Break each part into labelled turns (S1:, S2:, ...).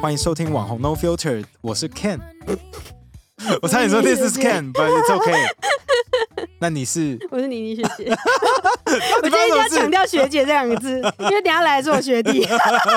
S1: 欢迎收听网红 No Filter，我是 Ken。我差点说 This is Ken，but it's okay。那 你是？
S2: 我是妮妮学 姐，
S1: 我
S2: 我今天一定要强调“学姐”这两个字，因为等一下来的是我学弟，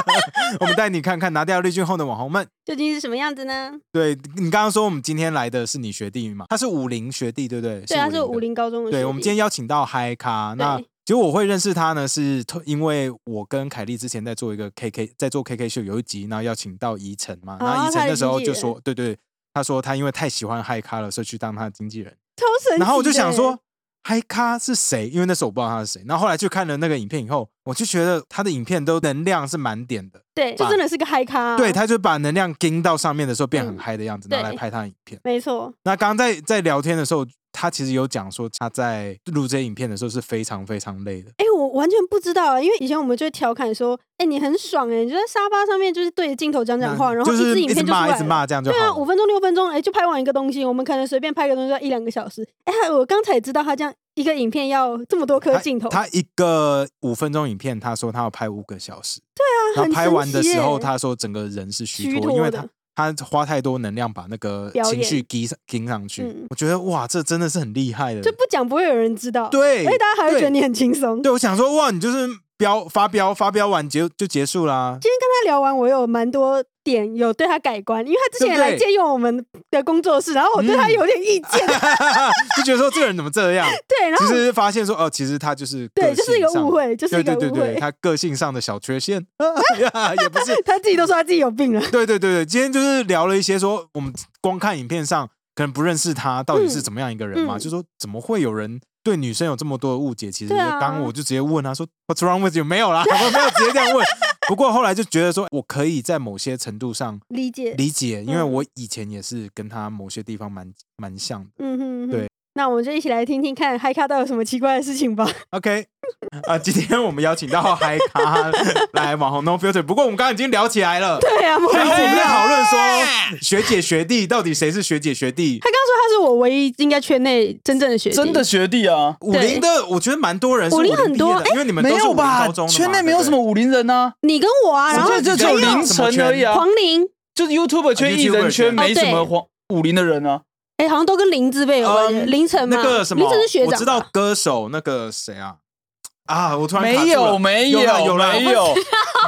S1: 我们带你看看拿掉滤镜后的网红们。
S2: 究竟是什么样子呢？
S1: 对你刚刚说我们今天来的是你学弟嘛？他是武林学弟，对不对？
S2: 对，他啊是武
S1: 林
S2: 林高中的
S1: 的。
S2: 学弟。
S1: 对，我们今天邀请到嗨咖。那
S2: 对
S1: 其实我会认识他呢，是透因为我跟凯莉之前在做一个 KK，在做 KK 秀有一集，然后邀请到宜晨嘛。
S2: 哦
S1: 然后宜晨
S2: 他的
S1: 那时候
S2: 经纪
S1: 就
S2: 人
S1: 说，对对，他说他因为太喜欢嗨咖了，所以去当他的经纪人。
S2: 超神奇的
S1: 然后我就想说，，嗨咖是谁？因为那时候我不知道他是谁。然后后来去看了那个影片以后，我就觉得他的影片都能量是满点的，
S2: 对，就真的是个嗨咖啊，
S1: 对，他就把能量盯到上面的时候变很
S2: 嗯
S1: 嗨的样子，拿来
S2: 对
S1: 拍他的影片。
S2: 没错，
S1: 那刚刚在在聊天的时候，他其实有讲说他在录这些影片的时候是非常非常累的。
S2: 哎、我完全不知道啊，因为以前我们就会调侃说，哎、你很爽哎、你就在沙发上面就是对着镜头讲讲话，
S1: 那
S2: 然后
S1: 就
S2: 支
S1: 是
S2: 影
S1: 一直
S2: 片就出
S1: 骂，一
S2: 来
S1: 直
S2: 了。
S1: 骂这样就
S2: 对
S1: 好了。
S2: 啊，五分钟六分钟，哎、就拍完一个东西，我们可能随便拍个东西要一两个小时。哎、还有我刚才知道他这样一个影片要这么多颗
S1: 他
S2: 镜头，
S1: 他一个五分钟影片，他说他要拍五个小时。对啊然
S2: 很
S1: 后拍
S2: 神
S1: 完的
S2: 奇
S1: 时候，
S2: 耶
S1: 他说整个人是虚
S2: 虚
S1: 脱，因为
S2: 脱
S1: 他他花太多能量把那个
S2: 表
S1: 情
S2: 演
S1: 绪盯上盯上去。
S2: 嗯
S1: 我觉得哇，这真的是很厉害的。
S2: 就不讲不会有人知道。
S1: 对
S2: 而且大家还会觉得
S1: 对
S2: 你很轻松。
S1: 对，我想说哇，你就是标发标发标完结就结束啦。
S2: 他聊完，我有蛮多点有对他改观，因为他之前也
S1: 对不对嗯
S2: 来借用我们的工作室，然后我对他有点意见，
S1: 就觉得说这个人怎么这样？
S2: 对， 然
S1: 其
S2: 后
S1: 实发现说哦，其实他就是
S2: 对，
S1: 个
S2: 就是一个
S1: 性上
S2: 误，会，就是一
S1: 对
S2: 个
S1: 对
S2: 误
S1: 对
S2: 会。
S1: 对， 他个性上的小缺陷， 也不是，
S2: 他自己都说他自己有病了，
S1: 对对对对，今天就是聊了一些说我们光看影片上可能不认识他到底是怎么样一个人嘛，
S2: 嗯嗯
S1: 就说怎么会有人对女生有这么多的误解？其实
S2: 对啊
S1: 当我就直接问他说 What's wrong with you？没有啦， 我没有直接这样问。 不过后来就觉得说我可以在某些程度上
S2: 理解，
S1: 理解，因为
S2: 嗯
S1: 我以前也是跟他某些地方蛮蛮像的。
S2: 嗯哼嗯哼
S1: 对。
S2: 那我们就一起来听听看，嗨咖到底有什么奇怪的 事情吧。
S1: OK，啊、今天我们邀请到 嗨咖来网红 No Filter，不过我们刚刚已经聊起来了，
S2: 对 啊，莫名
S1: 然
S2: 其
S1: 后我们在
S2: 妙。
S1: 讨论说学姐学弟到底谁是学姐学弟。
S2: 他刚说他是我唯一应该圈内真正的学弟，
S3: 真的学弟啊？
S1: 武林的，我觉得蛮多人是
S2: 武
S1: 毕
S2: 林
S1: 业的
S2: 很多哎
S1: 因为你们都
S3: 没
S1: 是武
S3: 有
S1: 林
S3: 吧
S1: 高中？的嘛
S3: 圈内没有什么，武林人啊，
S2: 你跟我啊，
S3: 我
S2: 然
S3: 觉
S2: 后
S3: 得这只有凌晨而已啊，
S2: 黄玲，
S3: 就是 YouTube 圈、艺人啊圈没什么黄武林的人啊。
S2: 哎，好像都跟林字辈有关。
S1: 嗯
S2: 凌晨
S1: 对
S2: 嘛，
S1: 那个什么，
S2: 凌晨是学长啊吧，
S1: 我知道歌手那个谁啊啊，我突然卡住
S3: 没有，
S1: 了
S3: 没
S1: 有啦
S3: 有，
S1: 有啦
S3: 没 有，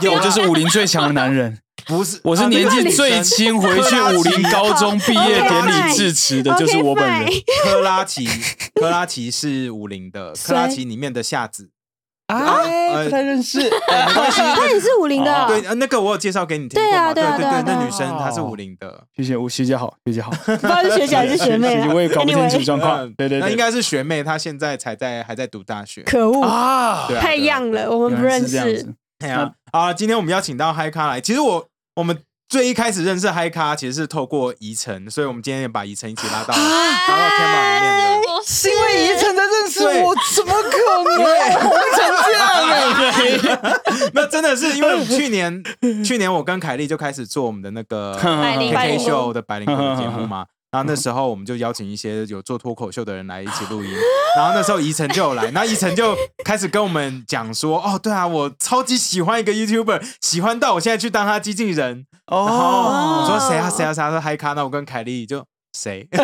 S1: 有
S3: 我
S1: 啦
S3: 就是武林最强的男人，
S1: 不是，
S3: 我是
S1: 啊
S3: 年
S1: 那个
S3: 纪
S1: 女
S3: 最
S1: 生
S3: 轻回去武林高中毕业典礼致辞的就是我本人
S2: OK，fine
S1: 科拉 奇，科拉奇是武林的，科拉奇里面的夏子，
S3: 哎，不太认识，哎没关系
S2: 他也是武林的 啊，
S1: 对，呃那个我有介绍给你听
S2: 对
S1: 过
S2: 啊
S1: 嘛，
S2: 对
S1: 对
S2: 啊对啊
S1: 对，
S2: 对啊
S1: 那女生她是武林的，
S3: 谢谢，我学姐好，学 姐好，
S2: 不知道是学姐还是学妹
S3: 学
S2: 啊
S3: 姐。我也搞不清楚
S2: Anyway
S3: 状
S1: 嗯，
S3: 况哦对对
S1: 那
S3: 对，
S1: 应该是学妹，她现在才在还在读大学，
S2: 可恶，
S3: 啊
S1: 对啊
S2: 太样了，我们不
S3: 原来
S2: 认
S3: 是这样
S2: 识。
S3: 子，
S1: 对啊，啊，今天我们邀请到嗨咖来。其实我我们最一开始认识嗨咖，其实是透过宜晨，所以我们今天也把宜晨一起拉到
S3: 啊
S1: 拉到 camera 里面的。
S3: 是因为宜晨才认识
S1: 对
S3: 我，怎么可能？我们成这样了。
S1: 那真的是因为我们去年去年我跟凯莉就开始做我们的那个
S3: 百灵
S1: KK
S2: 果
S1: 秀的百灵果的节目 嘛。然后那时候我们就邀请一些有做脱口秀的人来一起录音，然后那时候宜晨就有来，那宜晨就开始跟我们讲说，哦，对啊，我超级喜欢一个 YouTuber，喜欢到我现在去当他经纪人，然后我
S3: 哦，
S1: 说谁啊谁啊谁啊，他说嗨咖，那我跟凯莉就谁，
S2: 他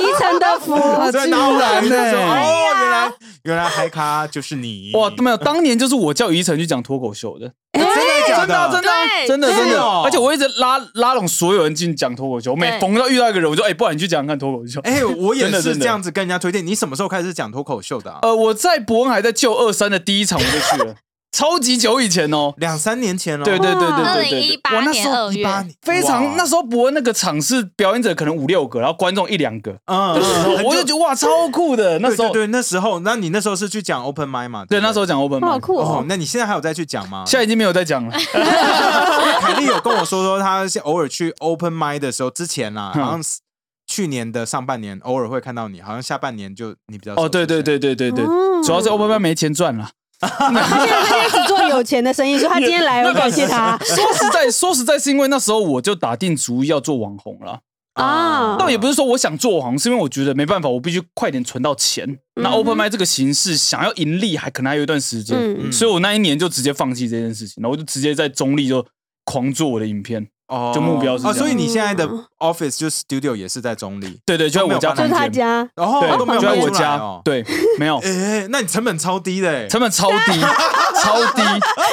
S2: 宜城的 福，
S3: 啊
S1: 对，然后我们就
S3: 竟然
S1: 说
S3: 欸
S1: 哦，原来原来嗨咖就是你，
S3: 哇，没有，当年就是我叫宜晨去讲脱口秀的，
S1: 真的假
S3: 真的啊
S1: 的？
S3: 真的啊
S2: 对
S3: 真的
S1: 是
S3: 真的
S1: 哦，
S3: 而且我一直拉拉拢所有人进讲脱口秀，我每
S2: 对
S3: 逢到遇到一个人，我说哎，不然你去讲讲看脱口秀。
S1: 哎，我也
S3: 真的
S1: 是
S3: 真的
S1: 这样子跟人家推荐。你什么时候开始讲脱口秀的啊？
S3: 呃，我在伯恩还在旧二三的第一场我就去 了，超级久以前哦。
S1: 两三年前了，
S3: 对对对
S2: 哇
S3: 对对对对，
S4: 2018年二月，
S1: 18年
S3: 非
S1: 哇
S3: 常那时候伯恩那个场是表演者可能五六个，然后观众一两个，
S1: 嗯，嗯
S3: 我就觉得哇超酷的。那
S1: 对
S3: 时候
S1: 对对，那时候，那你那时候是去讲 open m i 嘛？
S3: 对
S1: 不
S3: 那时候讲 open
S2: 哇
S3: m
S2: 好
S3: i
S2: 酷
S1: 哦
S2: 哦，！
S1: 那你现在还有再去讲吗？
S3: 现在已经没有在讲了。
S1: 凯莉有跟我说说，她是偶尔去 open m i 的时候，之前啦，
S3: 嗯
S1: 好像是去年的上半年偶尔会看到你，好像下半年就你比较少
S3: 哦，对对
S1: 出现，
S3: 对对对对，
S2: 哦
S3: 主要是 open m i 没钱赚了。
S2: 他现在他现在只做有钱的生意，所以他今天来，我感谢他
S3: 说实在，说实在，是因为那时候我就打定主意要做网红了。
S2: 啊。
S3: 倒也不是说我想做网红，是因为我觉得没办法，我必须快点存到钱。那
S2: 嗯
S3: open m i 这个形式，想要盈利还可能还有一段时间，
S2: 嗯
S3: 所以我那一年就直接放弃这件事情，然后我就直接在中立就狂做我的影片。
S1: 哦
S3: 就目标是这
S1: 哦，
S3: 样
S1: 所以你现在的
S2: 嗯
S1: office 就是 studio 也是在中立，
S3: 对对，就在我家
S1: 就
S2: 就是
S3: 房
S2: 他
S3: 间，
S2: 家，
S1: 然后
S3: 对，
S1: 都没有
S3: 就在
S1: 搬
S3: 我
S1: 出来
S3: 家
S1: 哦，。
S3: 对，没有
S1: 哎，那你成本超低的欸，
S3: 成本超低，超低。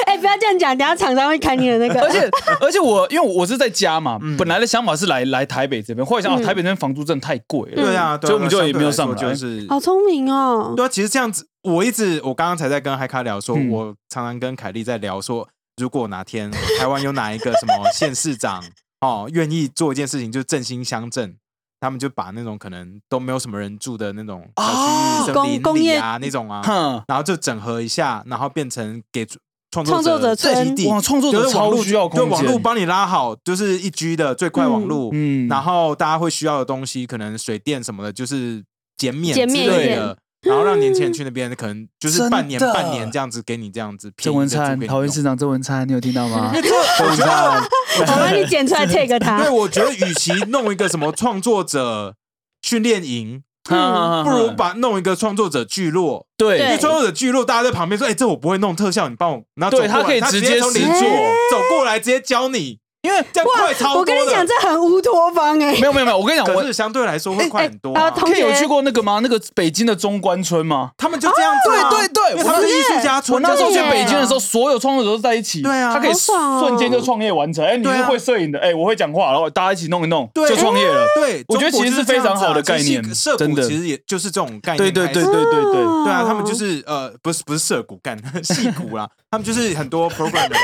S2: 哎、不要这样讲，等下厂商会砍你的那 个。
S3: 而且而且我因为我是在家嘛
S1: 嗯，
S3: 本来的想法是来来台北这边，后来想啊，
S2: 嗯
S3: 台北那边房租真的太贵了。
S1: 对啊，对啊
S3: 所以我们就也没有
S1: 相
S3: 上
S1: 对
S3: 来
S1: 来说就是
S2: 好聪明哦！
S1: 对啊，其实这样子，我一直我刚刚才在跟海卡聊说，
S3: 嗯
S1: 我常常跟凯莉在聊说，如果哪天台湾有哪一个什么县市长哦愿意做一件事情，就振兴乡镇。他们就把那种可能都没有什么人住的那种小
S3: 哦
S1: 区域、什么
S2: 工
S1: 邻
S2: 工
S1: 里
S2: 业
S1: 啊那
S2: 嗯
S1: 种啊，
S3: 哼，
S1: 然后就整合一下，然后变成给创
S2: 创作
S1: 者
S2: 者村
S1: 基地，
S3: 哇，创作
S1: 就
S3: 者
S1: 是网
S3: 超
S1: 络
S3: 需要
S1: 就
S3: 空
S1: 网络
S3: 间。
S1: 帮你拉好，就是一 G 的最快网络，
S3: 嗯
S1: 然后大家会需要的东西，可能水电什么的，就是减免
S2: 减免
S1: 之类
S3: 一
S1: 的。然后让年轻人去那边，可能就是
S3: 真
S1: 半年
S3: 的
S1: 半年这样子给你这样子便
S3: 郑
S1: 宜
S3: 文
S1: 的租
S3: 灿
S1: 给，你
S3: 桃园
S1: 用。
S3: 市长郑文灿，你有听 到吗？郑
S1: 我
S3: 文
S1: 觉
S3: 灿
S1: 得，
S2: 我帮你剪出来 take
S1: 对，
S2: 他。
S1: 我觉得与其弄一个什么创作者训练营，
S3: 嗯
S1: 不如把弄一个创作者聚落。
S3: 对
S1: 因为
S2: 对
S1: 创作者聚落，大家在旁边说：“哎，这我不会弄特效，你帮我。”然后
S3: 对
S1: 走过来
S3: 他可以
S1: 他
S3: 直
S1: 直
S3: 接
S1: 从
S3: 实
S1: 邻
S3: 做
S1: 座走过来，直接教你，
S3: 因为
S1: 这样快超多
S2: 我跟你
S1: 了
S2: 讲，这很乌托邦哎、
S3: 没有没有没有，我跟你讲，
S1: 可
S3: 我
S1: 是相对来说会快很多、
S2: 哎
S1: 啊
S2: 啊同
S3: 可以有
S2: 学
S3: 去过那个吗？那个北京的中关村吗？
S1: 他们就这样子、
S2: 哦
S1: 啊
S3: 对对对
S1: 因为他们是艺术家村，
S3: 我那时候去
S1: 对啊
S3: 北京的时候，所有创作者都在一起，
S1: 对啊
S3: 他可以
S2: 好爽哦
S3: 瞬间就创业完成。哎，你
S1: 对
S3: 是
S1: 啊
S3: 会摄影的，哎，我会讲话，然后大家一起弄一弄，
S1: 对
S3: 就创业了。
S1: 对，
S3: 我觉得
S1: 中国
S3: 其实
S1: 就是
S3: 非常好的概
S1: 这样
S3: 念
S1: 子啊其实社
S3: 真
S1: 谷
S3: 的
S1: 其实也就是这种概念
S3: 对对
S1: 开始
S3: 对对对对，
S2: 哦
S1: 对啊，他们就是呃，不是不是社谷干 戏谷啦，他们就是很多 program 的。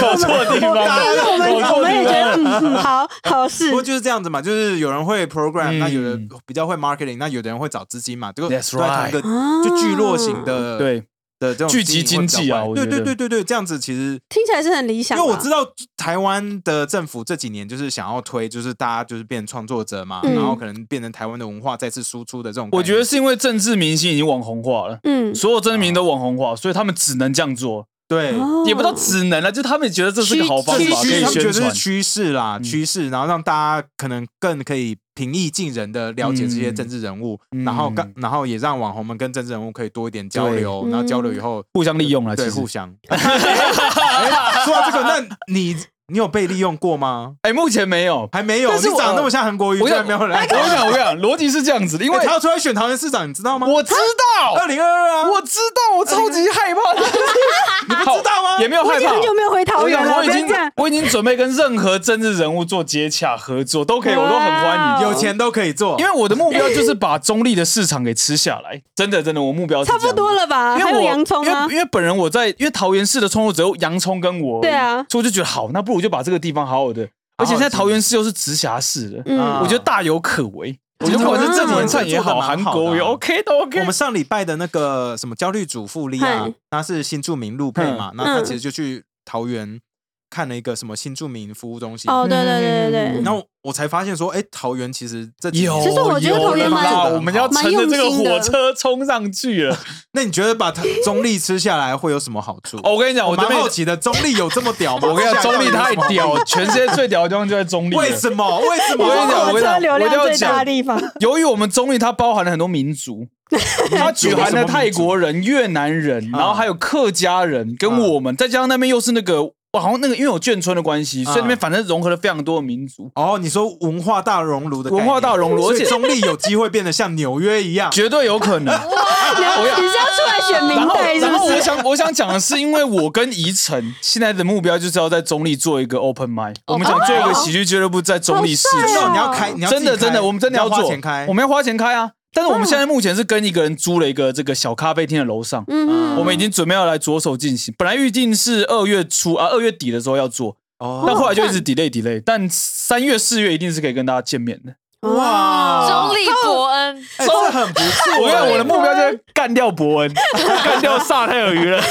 S3: 搞搞错地方啊
S1: 大家
S2: 但是
S3: 了，
S2: 我们
S3: 搞
S2: 我
S3: 错
S2: 们也
S3: 地
S2: 觉
S3: 方了
S2: 得，嗯，嗯好好事
S1: 不。过就是这样子嘛，就是有人会 program，、
S3: 嗯
S1: 那有人比较会 marketing，那有的人会找资金嘛，这个
S3: That's
S1: 都在同一个
S2: right
S1: 就聚落型的
S3: 对，
S1: 的这种
S3: 聚集
S1: 经营会比较
S3: 经济啊
S1: 快
S3: 我
S1: 对
S3: 觉
S1: 对
S3: 得
S1: 对对对，这样子其实
S2: 听起来是很理想
S1: 因
S2: 啊，
S1: 为我知道台湾的政府这几年就是想要推，就是大家就是变成创作者嘛，
S2: 嗯
S1: 然后可能变成台湾的文化再次输出的这种概念。
S3: 我觉得是因为政治明星已经网红化了，
S2: 嗯，
S3: 所有政治明星都网红化，所以他们只能这样做，
S1: 对，
S2: 哦
S3: 也不到只能了，就他们也觉得这是个好方
S1: 这
S2: 趋
S3: 法，
S1: 是
S3: 可
S1: 趋，
S3: 以
S1: 他们觉得
S3: 宣
S1: 是
S3: 传。嗯
S1: 趋势啦，趋势，然后让大家可能更可以平易近人的了解这些政治人物，
S3: 嗯
S1: 然后
S3: 嗯
S1: 跟然后也让网红们跟政治人物可以多一点交流，
S2: 对
S1: 然后交流以后
S3: 互相利用了，
S1: 对
S3: 嗯啊其实
S1: 互。相。 哎说到这个，那你你有被利用过吗？
S3: 哎，目前没有。
S1: 还没有，
S3: 但是
S1: 你
S3: 我
S1: 长得那么像韩国瑜，
S3: 我
S1: 居
S3: 跟
S1: 然
S3: 你
S1: 没有
S3: 讲，我跟
S1: 来
S3: 你。讲，我跟你讲，逻辑是这样子的，因为
S1: 欸他要出来选桃园市长，你知道吗？
S3: 我知
S1: 二
S3: 道，
S1: 零二二啊，
S3: 哦我知道，我超级害怕的，你
S1: 不知道吗
S3: 也没有
S2: 我
S3: 害
S2: 已经
S3: 怕
S2: 很。久没有回桃
S3: 我
S2: 园
S3: 讲，
S2: 了，
S3: 我
S2: 不
S3: 已
S2: 要
S3: 经
S2: 这样。
S3: 我已经准备跟任何政治人物做接洽合作，都可以，我都很欢迎。
S1: 有钱都可以做，
S3: 因为我的目标就是把中立的市场给吃下来，真的真的，我目标是
S2: 差
S3: 这
S2: 不
S3: 样
S2: 多。了吧？
S3: 因
S2: 还
S3: 为我
S2: 有洋葱啊
S3: 因为，因为本人我在，因为桃园市的创作者有洋葱跟我而已，
S2: 对啊
S3: 所以我就觉得好，那不如就把这个地方好好的，而且现在桃园市又是直辖市的，
S1: 啊
S2: 嗯
S3: 我觉得大有可为。我
S1: 我
S3: 觉
S1: 觉
S3: 得
S1: 得
S3: 不管是
S2: 我
S3: 郑文灿也
S1: 做
S3: 好，
S1: 得蛮
S3: 韩
S1: 好的啊
S3: 国也 OK 都 OK。
S1: 我们上礼拜的那个什么焦虑主妇利亚
S2: 嗨，
S1: 她是新著名路配嘛，那她
S2: 嗯
S1: 其实就去桃园看了一个什么新著名服务中心，
S2: 哦，对对对对
S1: 然
S2: 对，
S1: 后我才发现说，哎，桃园其实这几年
S3: 有，
S2: 其实我觉得
S3: 有
S2: 桃园
S3: 了
S2: 蛮
S3: 啦我们要
S2: 蛮
S3: 乘着这个
S2: 用心的
S3: 火车冲上去了。
S1: 那你觉得把它中立吃下来会有什么好处？
S3: 哦，我跟你讲，
S1: 我
S3: 我这
S1: 蛮
S3: 边
S1: 好奇的，中立有这么屌吗？
S3: 我跟你讲，
S1: 这
S3: 中
S1: 样
S3: 立
S1: 有
S3: 太
S1: 什么，
S3: 屌，全世界最屌的地方就在中立了。
S1: 为什么？为什
S3: 我跟你
S1: 么？
S3: 讲，我
S2: 火
S3: 跟你
S2: 车
S3: 讲，
S2: 流
S3: 我一定
S2: 量
S3: 要
S2: 最大的
S3: 讲。
S2: 地方，
S3: 由于我们中立，它包含了很多民族，它举含了泰国人、越南人，
S2: 啊
S3: 然后还有客家人跟我们，再加上那边又是那个，哇，好像那个因为有眷村的关系，
S2: 啊
S3: 所以那边反正融合了非常多的民族，
S1: 哦，你说文化大熔炉的概念
S3: 文化大熔炉
S1: 所以
S3: 而且
S1: 中立有机会变得像纽约一 样，
S3: 绝对有可 能。我要
S2: 你是要出来选
S3: 然
S2: 明
S3: 后，
S2: 代是
S3: 然后
S2: 不
S3: 我
S2: 是？
S3: 想，我想讲的是，因为我跟宜城现在的目标就是要在中立做一个 open mic，我们想做一个喜剧俱乐部在中立市
S2: 好
S3: 区
S2: 帅
S1: 那
S2: 哦。
S1: 你要开，你要自
S3: 真
S1: 己
S3: 的真
S1: 开
S3: 的，我们真的要
S1: 你花
S3: 做
S1: 钱开，
S3: 我们要花钱开啊！但是
S2: 嗯
S3: 我们现在目前是跟一个人租了一个这个小咖啡厅的楼上，
S2: 嗯
S3: 我们已经准备要来着手进行。本来预定是二月初啊，二月底的时候要做，
S1: 哦
S3: 但后来就一直 delay delay。但三月、四月一定是可以跟大家见面的。
S1: 哇
S4: 中立伯恩，
S1: 哎这很不错。
S3: 我看我的目标就是是干掉伯恩，干掉萨泰尔娱乐。
S1: 啊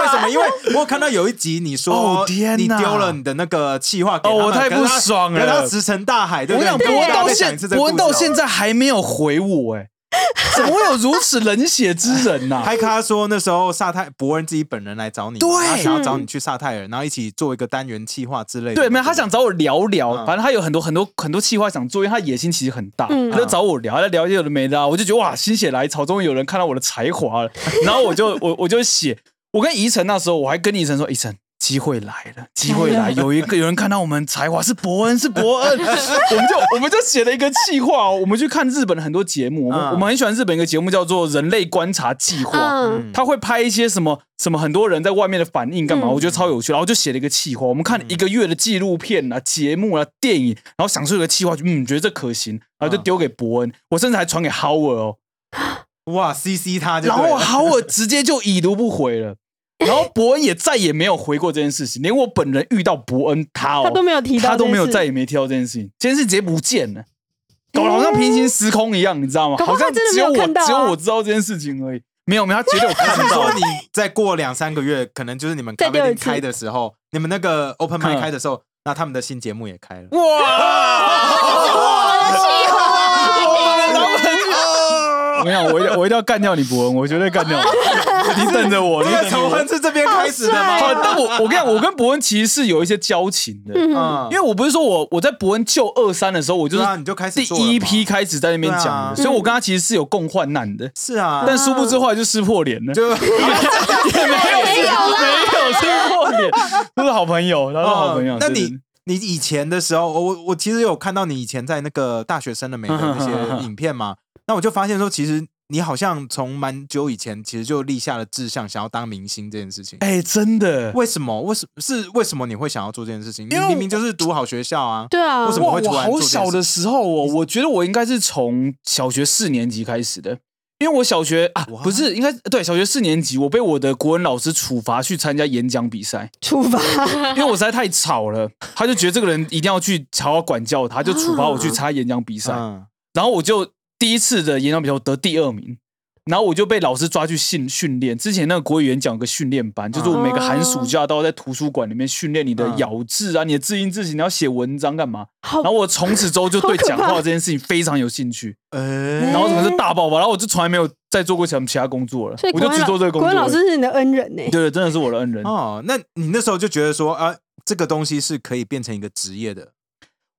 S1: 为什么？因为我有看到有一集你说
S3: 哦，天
S1: 你
S3: 哪
S1: 丢了你的那个气话给他们
S3: 哦我太不爽了
S1: 可是他可是他石沉大海，对
S3: 我
S1: 不
S3: 跟你
S1: 对？
S3: 讲，伯恩到
S1: 再
S3: 现
S1: 一次这个
S3: 伯恩到
S1: 故事哦
S3: 现在还没有回我，哎，怎么会有如此冷血之人呐？
S1: 还卡说那时候萨泰伯恩自己本人来找你，
S3: 对
S1: 他想要找你去萨泰尔，然后一起做一个单元企划之类的。
S3: 对，没有，他想找我聊聊，
S1: 嗯
S3: 反正他有很多很多很多计划想做，因为他野心其实很大，
S2: 嗯
S3: 他就找我聊，他聊一些有的没的、啊，我就觉得哇，心血来潮，终于有人 看到我的才华了，然后我就我我就写，我跟宜晨那时候我还跟宜晨说，宜晨。哎机会来了，机会来！有一个有人看到我们才华是伯恩，是伯 恩，我们就我们就写了一个计划、哦，我们去看日本的很多节目，我们、
S1: 嗯
S3: 我们很喜欢日本一个节目叫做《人类观察计划》，
S2: 嗯，
S3: 他会拍一些什么什么很多人在外面的反应干嘛，
S2: 嗯
S3: 我觉得超有趣。然后就写了一个企划，我们看了一个月的纪录片啊、节目啊、电影，然后想出一个企划，嗯，觉得这可行，然后就丢给伯恩，我甚至还传给 Howard 哦，
S1: 哇，CC 他就
S3: 然
S1: 对
S3: 后
S1: 了
S3: Howard 直接就已读不回了。然后伯恩也再也没有回过这件事情，连我本人遇到伯恩他哦，
S2: 他都没有提到，
S3: 他都没有再，也没提到这件事情，这件事直接不见了，搞得好像平行时空一样，你知道吗？
S2: 搞不好
S3: 好像
S2: 他真的
S3: 只
S2: 没有
S3: 我
S2: 看到啊
S3: 只有我知道这件事情而已。没有没有，他绝对有
S1: 还
S3: 看
S1: 是
S3: 到啊
S1: 说。你再过两三个月，可能就是你们
S2: 再
S1: 咖啡
S2: 丢一
S1: 店
S2: 次
S1: 开的时候，你们那个 open m i
S3: 嗯
S1: d 开的时候，那他们的新节目也开了。
S3: 哇！
S1: 我们老板
S3: 我跟你讲，我一定我一定要干掉你伯恩，我绝对干掉 你。你等着我，你
S1: 这个
S3: 等 着
S1: 仇
S3: 我。
S1: 恨是这边开始的
S3: 好，哦
S1: 吗？
S3: 但我我跟你讲，我跟伯恩其实是有一些交情的，
S2: 嗯哼，
S1: 嗯，
S3: 因为我不是说我我在伯恩救二三的时候，我就
S1: 对
S3: 是
S1: 啊，你就开始
S3: 第
S1: 做了嘛
S3: 一批开始在那边
S1: 对啊
S3: 讲的，所以我跟他其实是有共患难的。
S1: 是啊，
S3: 但哦殊不知后来就撕破脸 了，
S1: 就
S3: 没有没有撕破 脸，都是好朋友，都是好朋友
S1: 哦。那
S3: 对
S1: 你你以前的时候，我我我其实有看到你以前在那个大学生的美的
S3: 嗯
S1: 那些影片嘛，那我就发现说，其实你好像从蛮久以前其实就立下了志向，想要当明星这件事情。
S3: 哎，真的，
S1: 为什么？为什是为什么你会想要做这件事情？你
S3: 因为我
S1: 明明就是读好学校啊，
S2: 对啊
S1: 为，什么
S3: 哇，
S1: 会突
S3: 我
S1: 然
S3: 好
S1: 做这件
S3: 小的时候哦，我觉得我应该是从小学四年级开始的，因为我小学啊，
S1: 哇
S3: 不是应该对小学四年级，我被我的国文老师处罚去参加演讲比赛，
S2: 处罚，
S3: 因为我实在太吵了，他就觉得这个人一定要去好好管教他，就处罚我去参加演讲比赛，
S1: 嗯，
S3: 然后我就第一次的演讲比赛我得第二名。然后我就被老师抓去训训练。之前那个国语演讲有个训练
S2: 嗯
S3: 班，就是我每个寒暑假都要在图书馆里面训练你的
S1: 嗯
S3: 咬字啊、你的字音字形，你要写文章干嘛。
S2: 好
S3: 然后我从此之后就对
S2: 好可
S3: 讲
S2: 怕
S3: 话这件事情非常有兴 趣，
S1: 呃，
S2: 嗯
S3: 然后整个是大爆发，然后我就从来没有再做过什么其他工作了
S2: 所以，
S3: 我
S2: 国
S3: 就
S2: 文
S3: 只
S2: 老
S3: 做这个工
S2: 国
S3: 作
S2: 文老
S3: 了。
S2: 师是你的恩人呢，
S3: 对对，真的是我的恩人。
S1: 哦，那你那时候就觉得说，啊，这个东西是可以变成一个职业的。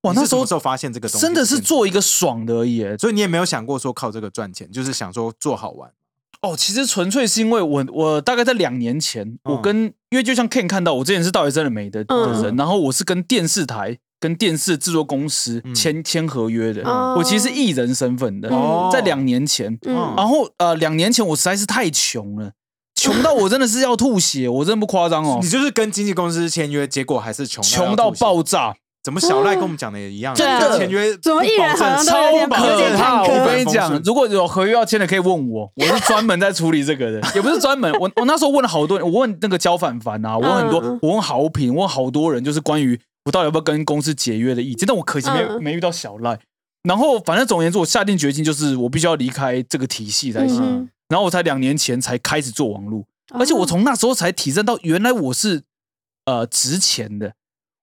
S3: 哇，
S1: 你
S3: 那
S1: 是
S3: 时
S1: 什
S3: 候
S1: 么时候发现这个东西
S3: 真的是
S1: 变成
S3: 做一个爽的而已耶。
S1: 所以你也没有想过说靠这个赚钱，就是想说做好玩。
S3: 哦，其实纯粹是因为我我大概在两年前，
S1: 嗯
S3: 我跟因为就像 Ken 看到我之前是大学生的美的的人，然后我是跟电视台、跟电视制作公司
S1: 嗯
S3: 签签合约的，
S2: 哦
S3: 我其实是艺人身份的，
S2: 哦
S3: 嗯在两年前。
S1: 嗯
S2: 嗯，
S3: 然后呃，两年前我实在是太穷了，穷到我真的是要吐血，我真的不夸张哦
S1: 你，就是跟经纪公司签约，结果还是穷
S3: 穷到
S1: 要吐血
S3: 爆，炸，
S1: 怎么小赖跟我们讲的也一样，
S3: 真
S1: 这
S3: 的
S1: 个签约
S2: 怎么艺人
S1: 不保证
S2: 好像都有
S3: 超
S2: 点有
S3: 可
S2: 点
S3: 怕！
S2: 坎
S3: 我
S2: 坷
S3: 跟你讲，如果有合约要签的，可以问我，我是专门在处理这个的，也不是专门。我我那时候问了好多人，我问那个焦凡凡啊，我问很
S2: 嗯
S3: 多，我问好评，我问好多人，就是关于我到底要不要跟公司解约的意见，但我可惜没有
S2: 嗯
S3: 没遇到小赖。然后反正总而言之，我下定决心就是我必须要离开这个体系才行。
S2: 嗯哦
S3: 然后我才两年前才开始做网络，
S2: 哼
S3: 而且我从那时候才体认到，原来我是呃值钱的。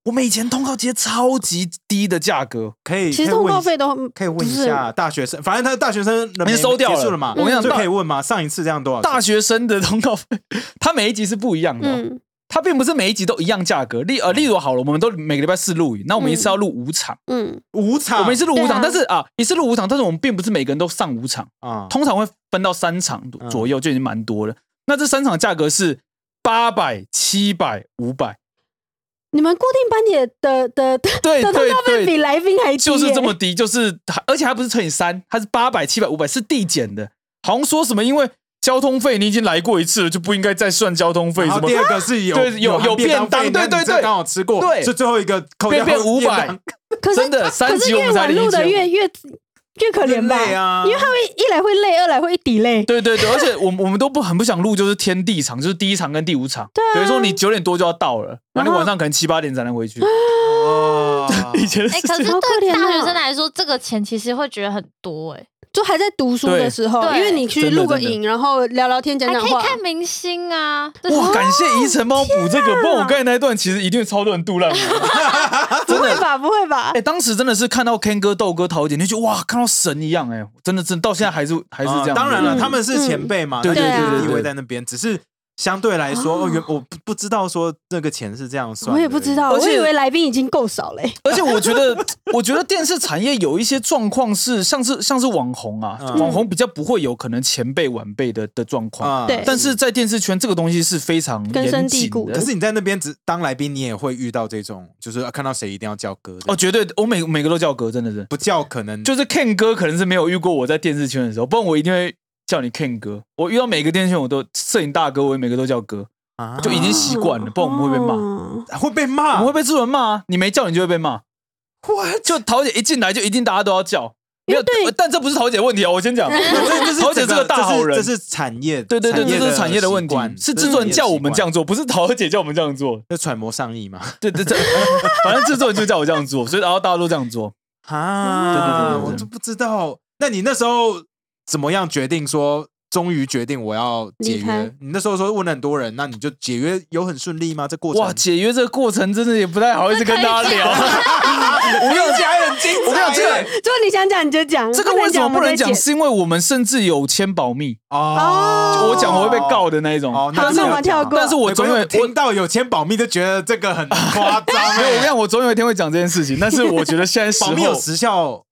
S3: 我们以前通告接超级低的价格，
S1: 可以。
S2: 其
S1: 可以
S2: 实通
S1: 问
S2: 告
S1: 一
S2: 费都
S1: 可以问一
S2: 不是
S1: 下大学生，反正他大学生人
S3: 你收掉了
S1: 结束了嘛，嗯
S3: 我跟你 讲
S1: 就
S3: 大
S1: 可以问吗？上一次这样多少钱？
S3: 大学生的通告费，它每一集是不一样的哦、
S2: 嗯
S3: 它并不是每一集都一样价格。例呃，例如好了，我们都每个礼拜四录影，那我们一次要录五场，
S2: 嗯
S1: 五场，
S3: 我们一次录五场，
S2: 对啊
S3: 但是啊，一次录五场，但是我们并不是每个人都上五场，
S1: 啊，
S3: 通常会分到三场
S1: 嗯
S3: 左右，就已经蛮多了。那这三场价格是八百、七百、五百，
S2: 你们固定班底的的的
S3: 对
S2: 的通
S3: 对
S2: 告费比
S3: 对，
S2: 来宾还低，
S3: 就是这么。低，就是而且还不是乘以三，它是八百、七百、五百，是递减的。好像说什么因为交通费你已经来过一次了，就不应该再算交通费
S1: 然
S3: 什
S1: 后
S3: 么
S1: 第。二个是有
S3: 对有有
S1: 便
S3: 便当
S1: 费
S3: 对
S1: 那你
S3: 对
S1: 这
S3: 对
S1: 刚好吃过，
S3: 对
S1: 是最后一个扣掉
S3: 变变 五
S1: 便
S3: 百
S1: 当，
S2: 可是啊
S3: 真的三
S2: 可是
S3: 级我
S2: 越
S3: 们才
S2: 晚
S3: 零
S2: 录的
S3: 钱。
S2: 越越越可怜吧？
S1: 累啊
S2: 因为他会一来会累，二来会一底累。
S3: 对对对，而且我们我们都不很不想录，就是天地场，就是第一场跟第五场，
S2: 啊
S3: 等于说你九点多就要到了，然后你晚上可能七八点才能回
S2: 啊
S3: 去。
S1: 哦，
S3: 以前
S4: 哎、可是
S2: 好可
S4: 对
S2: 怜哦
S4: 大学生来说，这个钱其实会觉得很多哎、
S2: 就还在读书的时候，
S4: 对
S2: 因为你去
S3: 真的
S2: 录个
S3: 真的
S2: 影，然后聊聊天、讲
S4: 还
S2: 讲
S4: 可以
S2: 话，
S4: 看明星啊，这是
S3: 哇，感谢宜城帮我补这个，不然
S2: 啊
S3: 我刚才那一段其实一定超多人杜烂我。
S2: 不会吧？不会吧
S3: 啊哎，？当时真的是看到 Ken 哥、豆哥、桃姐，你就觉得哇，看到神一样哎，真的真的到现在还是还是这样。
S1: 啊当然
S2: 嗯
S1: 了，他们是前辈嘛，那
S3: 对
S2: 对
S1: 就是
S2: 对对
S1: 地位
S3: 对
S1: 在那边，只是相对来说，哦，原我不不知道说这个钱是这样算的，
S2: 我也不知道，
S3: 而且
S2: 我以为来宾已经够少嘞、
S3: 而且我觉得，我觉得电视产业有一些状况是，像是像是网红啊，
S1: 嗯
S3: 网红比较不会有可能前辈晚辈的的状况，
S1: 啊。
S2: 对
S3: 但是在电视圈这个东西是非常
S2: 根深
S3: 严
S2: 蒂
S3: 谨
S2: 固
S3: 的
S1: 可。是你在那边只当来宾，你也会遇到这种，就是啊看到谁一定要叫哥的
S3: 哦，绝对，我每每个都叫哥，真的是，
S1: 不叫可能
S3: 就是 Ken 哥可能是没有遇过我在电视圈的时候，不然我一定会叫你 Ken 哥。我遇到每个电视圈我都摄影大哥，我也每个都叫哥，
S1: 啊
S3: 就已经习惯了，不然我们会被骂。
S2: 骂。
S1: 会被骂，
S3: 我们会被制文骂啊！你没叫你就会被骂。
S1: What？
S3: 就桃姐一进来就一定大家都要叫，没有
S2: 对，
S3: 但这不是桃姐的问题啊！我先 讲，
S1: 这就是
S3: 桃姐
S1: 整
S3: 这个大好人
S1: 这是这是产业，
S3: 对对对，
S1: 业
S3: 这是产业的问题
S1: 习惯，
S3: 是
S1: 这
S3: 制作人
S1: 业的
S3: 叫我们
S1: 习惯
S3: 这样做，不是桃姐叫我们这样做。
S1: 就揣摩上意嘛。
S3: 对对对， 反正制作人就叫我这样做，所以然后大家都这样做。
S1: 啊，
S3: 对对对对对
S1: 我都不知道。那你那时候怎么样决定说，终于决定我要解
S2: 离
S1: 约
S2: 开？
S1: 你那时候说问了很多人，那你就解约有很顺利吗？这过程
S3: 哇，解约这个过程真的也不太好意思跟大家聊。我有讲很精我跟你讲这个
S2: 如果你想讲你就讲，
S3: 这个为什么不
S2: 不
S3: 能
S2: 能我们再
S3: 讲？
S2: 剪
S3: 是因为我们甚至有签保密，
S1: 哦，
S3: 我讲我会被告的那一种
S1: 哦，。那
S3: 但是
S1: 没有
S2: 我跳过
S3: 但是我
S1: 没
S3: 总
S1: 关系
S3: 有
S1: 我
S3: 我
S1: 听到有签保密就觉得这个很夸张欸。
S3: 没有，我跟你讲，我总有一天会讲这件事情。但是我觉得现在 时
S1: 保密有
S3: 候，
S1: 时效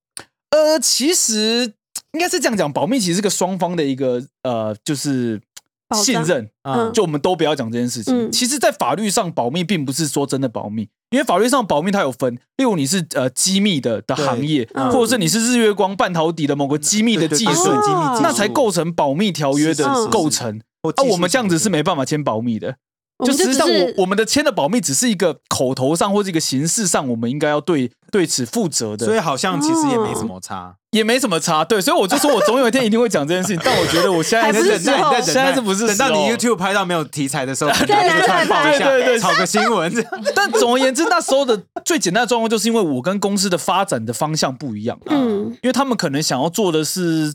S3: 呃，其实应该是这样讲，保密其实是个双方的一个呃，就是
S2: 保障
S3: 信任。
S1: 啊
S2: 嗯
S3: 就我们都不要讲这件事情。
S2: 嗯
S3: 其实，在法律上保密并不是说真的保密，因为法律上保密它有分，例如你是呃机密的的
S1: 对
S3: 行业，
S2: 嗯
S3: 或者是你是日月光半导体的某个机密的技
S2: 对
S3: 术，
S2: 对对
S1: 机密技术，
S3: 那才构成保密条约
S1: 是
S2: 是
S3: 的
S2: 是
S3: 构成。
S1: 或
S3: 啊，
S1: 技术
S3: 我们这样子是
S1: 性的
S3: 没办法签保密的。
S4: 我们
S3: 实
S4: 就
S3: 际
S4: 只
S3: 上，我
S4: 是
S3: 我们的签的保密只是一个口头上或这个形式上，我们应该要对对此负责的，
S1: 所以好像其实也没什么差。
S3: 也没什么差。对，所以我就说我总有一天一定会讲这件事情，但我觉得我 现在
S2: 还不
S1: 你
S2: 是
S1: 在忍耐
S2: 时候
S1: 你在忍耐
S3: 现在这不是
S1: 等到你
S3: 时候
S1: YouTube 拍到没有题材的 时候，可
S2: 再
S1: 能就
S2: 拿出
S1: 突
S2: 来
S1: 然爆
S2: 拍
S1: 一下，
S3: 对对对
S1: 炒个新 闻这样。
S3: 但总而言之，那时候的最简单的状况，就是因为我跟公司的发展的方向不一样，啊
S2: 嗯，
S3: 因为他们可能想要做的是，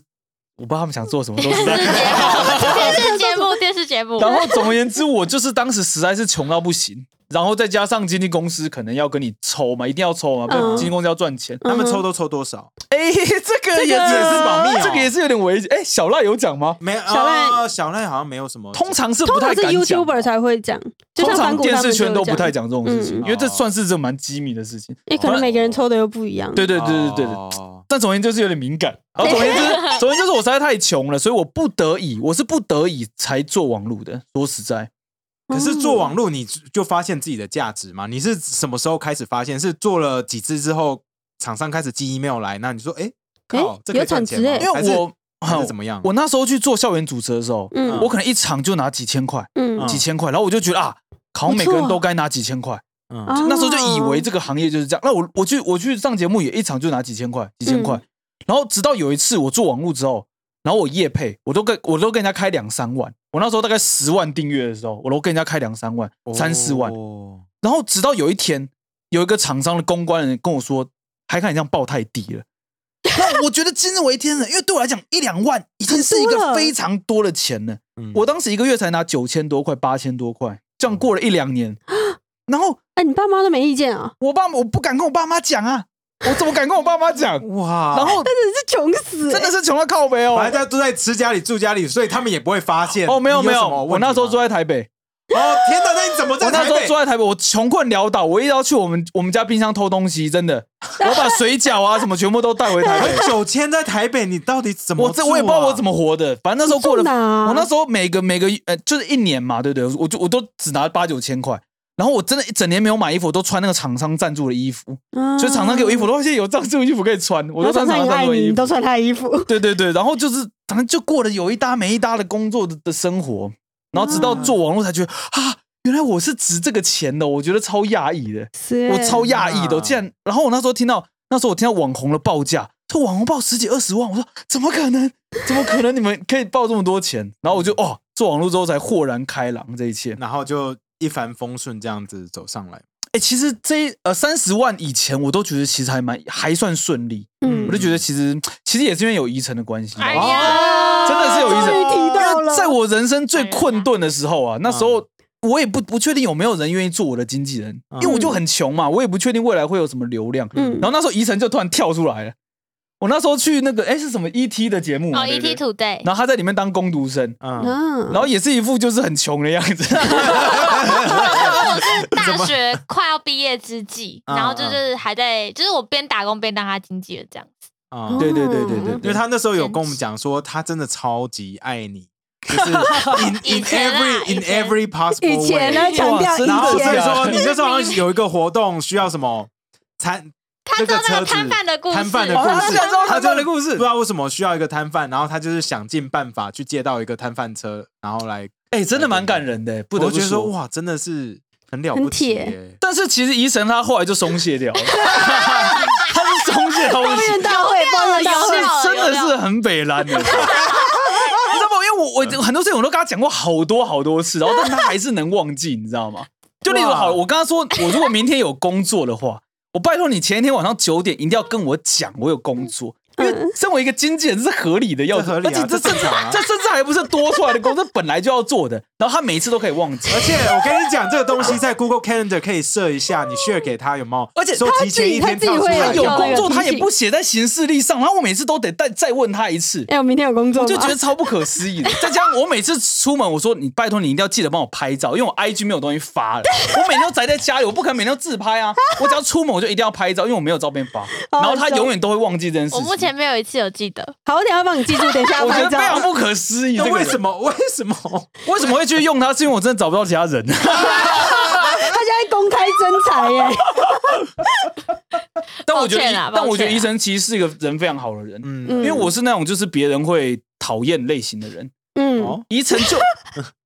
S3: 我不知道他们想做什么 东西。
S4: 电视节目，电视节目，
S3: 然后总而言之，我就是当时实在是穷到不行，然后再加上经纪公司可能要跟你抽嘛，一定要抽嘛，不然
S2: 嗯
S3: 经纪公司要赚钱。
S1: 他们
S2: 嗯哼
S1: 抽都抽多少？
S3: 哎，这个
S1: 这个
S3: 也
S1: 也是保密哦
S3: 这个也是有点危险。哎，小赖有讲吗？
S1: 没有，
S2: 小赖
S1: 哦小赖好像没有什么。
S3: 嗯通常是不
S2: 通
S3: 太
S2: 常是
S3: 敢讲。
S2: YouTuber 才会讲，就
S3: 通
S2: 像
S3: 常
S2: 反骨
S3: 电
S2: 他
S3: 视
S2: 们
S3: 圈
S2: 就
S3: 都
S2: 会
S3: 不太
S2: 讲，
S3: 讲这种事情，
S2: 嗯
S3: 因为这
S1: 哦
S3: 算是这蛮机密的事情。
S2: 因为可能每个人抽的又不一样。
S3: 对对对对对对，
S1: 哦
S3: 但总而言之就是有点 敏感。然后总而言之，总而言之就是我实在太穷了，所以我不得已，我是不得已才做网路的。说实在，
S1: 可是做
S2: 哦
S1: 网络，你就发现自己的价值吗？你是什么时候开始发现？是做了几次之后，厂商开始寄 email 来，那你说，哎，靠
S2: 诶，
S1: 这可以
S2: 有
S1: 赚
S2: 产
S1: 钱
S2: 值
S1: 吗
S2: 诶
S3: 因为
S1: 还是
S3: 哦我哦
S1: 还是怎么样啊
S3: 我那时候去做校园主持的时候，
S2: 嗯
S3: 我可能一场就拿几千块，
S2: 嗯
S1: 嗯
S3: 几千块，然后我就觉得啊，好像每个
S2: 不
S3: 人
S2: 错
S3: 都该拿几千块。
S1: 嗯
S2: 啊
S3: 那时候就以为这个行业就是这样。那我我去我去上节目也一场就拿几千块，几千
S2: 嗯
S3: 块。然后直到有一次我做网络之后，然后我夜配，我都跟我都跟人家开两三万。我那时候大概十万订阅的时候，我都跟人家开两三万、三四万。
S1: 哦
S3: 然后直到有一天，有一个厂商的公关人跟我说：“海看你这样报太低了。”那我觉得今日为天人，因为对我来讲，一两万已经是一
S2: 很多
S3: 个
S2: 了
S3: 非常多的钱了。
S1: 嗯
S3: 我当时一个月才拿九千多块、八千多块，这样过了一两年，
S2: 啊
S3: 然后
S2: 哎，你爸妈都没意见啊？
S3: 我爸我不敢跟我爸妈讲啊，我怎么敢跟我爸妈讲？
S1: 哇，
S3: 然后
S2: 真的是穷死欸，
S3: 真的是穷到靠北哦
S1: 反正。大家都在吃家里住家里，所以他们也不会发现。
S3: 哦，没有
S1: 你
S3: 没
S1: 有什
S3: 有，
S1: 么
S3: 我
S1: 问题吗，
S3: 那时候住在台北，
S1: 哦天哪，那你怎么
S3: 我
S1: 在
S3: 那
S1: 台
S3: 时候住
S1: 北？
S3: 在台北，我穷困潦倒，我一定要去我们我们家冰箱偷东西，真 的，我把水饺啊什么全部都带回台北。
S1: 九千在台北，你到底怎么
S3: 我
S1: 住
S3: 这
S1: 啊？
S3: 我也不知道我怎么活的，反正那时候过了
S2: 你住哪啊
S3: 我那时候每个每个呃就是一年嘛，对不对？我就我都只拿八九千块，然后我真的一整年没有买衣服，我都穿那个厂商赞助的衣服，
S2: 嗯，
S3: 所以厂商给我衣服，我都发哎现有赞助的衣服可以穿，我
S2: 然
S3: 都
S2: 后
S3: 穿
S2: 厂
S3: 厂
S2: 商也
S3: 商赞
S2: 爱
S3: 助的
S2: 你，
S3: 衣
S2: 你
S3: 服
S2: 都。穿他的衣服。
S3: 对对对，然后就是反正就过了有一搭没一搭的工作的的生活，然后直到做网络才觉得啊，原来我是值这个钱的，我觉得超讶异的，
S2: 是
S3: 我超讶异的，我竟然，然后我那时候听到那时候我听到网红的报价，说网红报十几二十万，我说怎么可能？怎么可能你们可以报这么多钱？然后我就哦，做网络之后才豁然开朗这一切。
S1: 然后就一帆风顺这样子走上来。
S3: 哎，其实这一呃三十万以前我都觉得其实还蛮还算顺利，
S2: 嗯
S3: 我就觉得其实其实也是因为有遗成的关系。
S4: 哎
S1: 哦
S4: 呀，
S3: 真的是有意思
S2: 终于提到了，
S3: 在我人生最困顿的时候
S1: 嗯
S3: 啊，那时候我也不不确定有没有人愿意做我的经纪人，
S1: 嗯
S3: 因为我就很穷嘛，我也不确定未来会有什么流量。
S2: 嗯
S3: 然后那时候宜晨就突然跳出来了，我那时候去那个哎是什么 ET 的节目嘛
S4: 哦
S3: 对不对
S4: ，ET Today，
S3: 然后他在里面当攻读生，
S1: 嗯，
S2: 嗯，
S3: 然后也是一副就是很穷的样子。
S4: 我是大学快要毕业之际，
S3: 啊
S1: 嗯
S4: 然后就是还在，就是我边打工边当他经纪人这样子。
S1: 嗯
S3: 对对对对对，
S1: 因为他那时候有跟我
S4: 嗯
S1: 们讲说，他真的超级爱 你，就是 in in
S4: 以前啊
S1: every
S4: 以
S1: in
S4: 前啊
S1: every possible
S2: 以
S1: way。
S2: 前呢，强调
S3: 哇真
S1: 然后
S2: 以
S1: 所
S3: 的
S1: 以
S2: 前
S3: 假的
S1: 说你那时候好像有一个活动需要什么餐，
S4: 他知道那
S1: 车
S4: 个
S1: 子
S4: 摊贩的故事，
S1: 摊贩的故
S3: 哦
S1: 事，
S3: 他想知道摊贩的故事
S1: 他就不知道为什么需要一个摊贩，然后他就是想尽办法去借到一个摊贩车，然后来，
S3: 哎，真的蛮感人的，不得
S1: 我
S3: 不
S1: 就觉得
S3: 说
S1: 说哇，真的是很了不
S2: 很
S1: 起
S2: 铁
S1: 耶。
S3: 但是其实怡神他后来就松懈 掉了，他是松懈到不
S2: 抱怨
S3: 行，
S2: 大会，抱怨大
S4: 有
S2: 会
S4: 料，
S3: 真的是很北蓝的。你 知道吗？因为我我很多事情我都跟他讲过好多好多次，然后但他还是能忘记，你知道吗？就例如好了，我跟他说，我如果明天有工作的话，我拜托你前一天晚上九点一定要跟我讲我有工作，因为
S4: 嗯
S3: 身为一个经纪人这是合理的要求，
S1: 这合理啊
S3: 而且
S1: 这
S3: 这
S1: 正
S3: 甚至
S1: 常啊
S3: 这甚至还不是多出来的工作，这本来就要做的，然后他每一次都可以忘记。
S1: 而且我跟你讲，这个东西在 Google Calendar 可以设一下，你 share 给他有没有？
S3: 而且
S1: 说
S2: 他
S1: 提前一天
S2: 自己
S1: 跳出
S2: 他自己会
S1: 来，
S3: 有
S2: 有
S3: 工作
S2: 那个
S3: 他也
S2: 提醒
S3: 不写在行事历上，然后我每次都得再再问他一次，
S2: 哎，我明天有工作
S3: 我
S2: 吗，
S3: 就觉得超不可思议的。 再加上我每次出门，我说你拜托你一定要记得帮我拍照，因为我 IG 没有东西发 了，我每天都宅在家里，我不可能每天都自拍啊。我只要出门我就一定要拍照，因为我没有照片发。然后他永远都会忘记这件事情。
S4: 我目前没有一次有记 得，
S2: 好，我等一下帮你记住，等一下
S3: 我觉
S2: 拍
S3: 得非常
S2: 照。
S3: 不可思议，
S1: 那
S3: 这个
S1: 为
S3: 人
S1: 什么？为什么？
S3: 为什么会去用它？是因为我真的找不到其他 人。
S2: 他现在公开征才耶，
S3: 但我觉得
S4: 抱歉啦，
S3: 但我觉得
S4: 抱歉啦
S3: 医生其实是一个人非常好的人，
S1: 嗯
S2: 嗯
S3: 因为我是那种就是别人会讨厌类型的人。
S2: 嗯
S1: 哦，
S3: 宜城 就，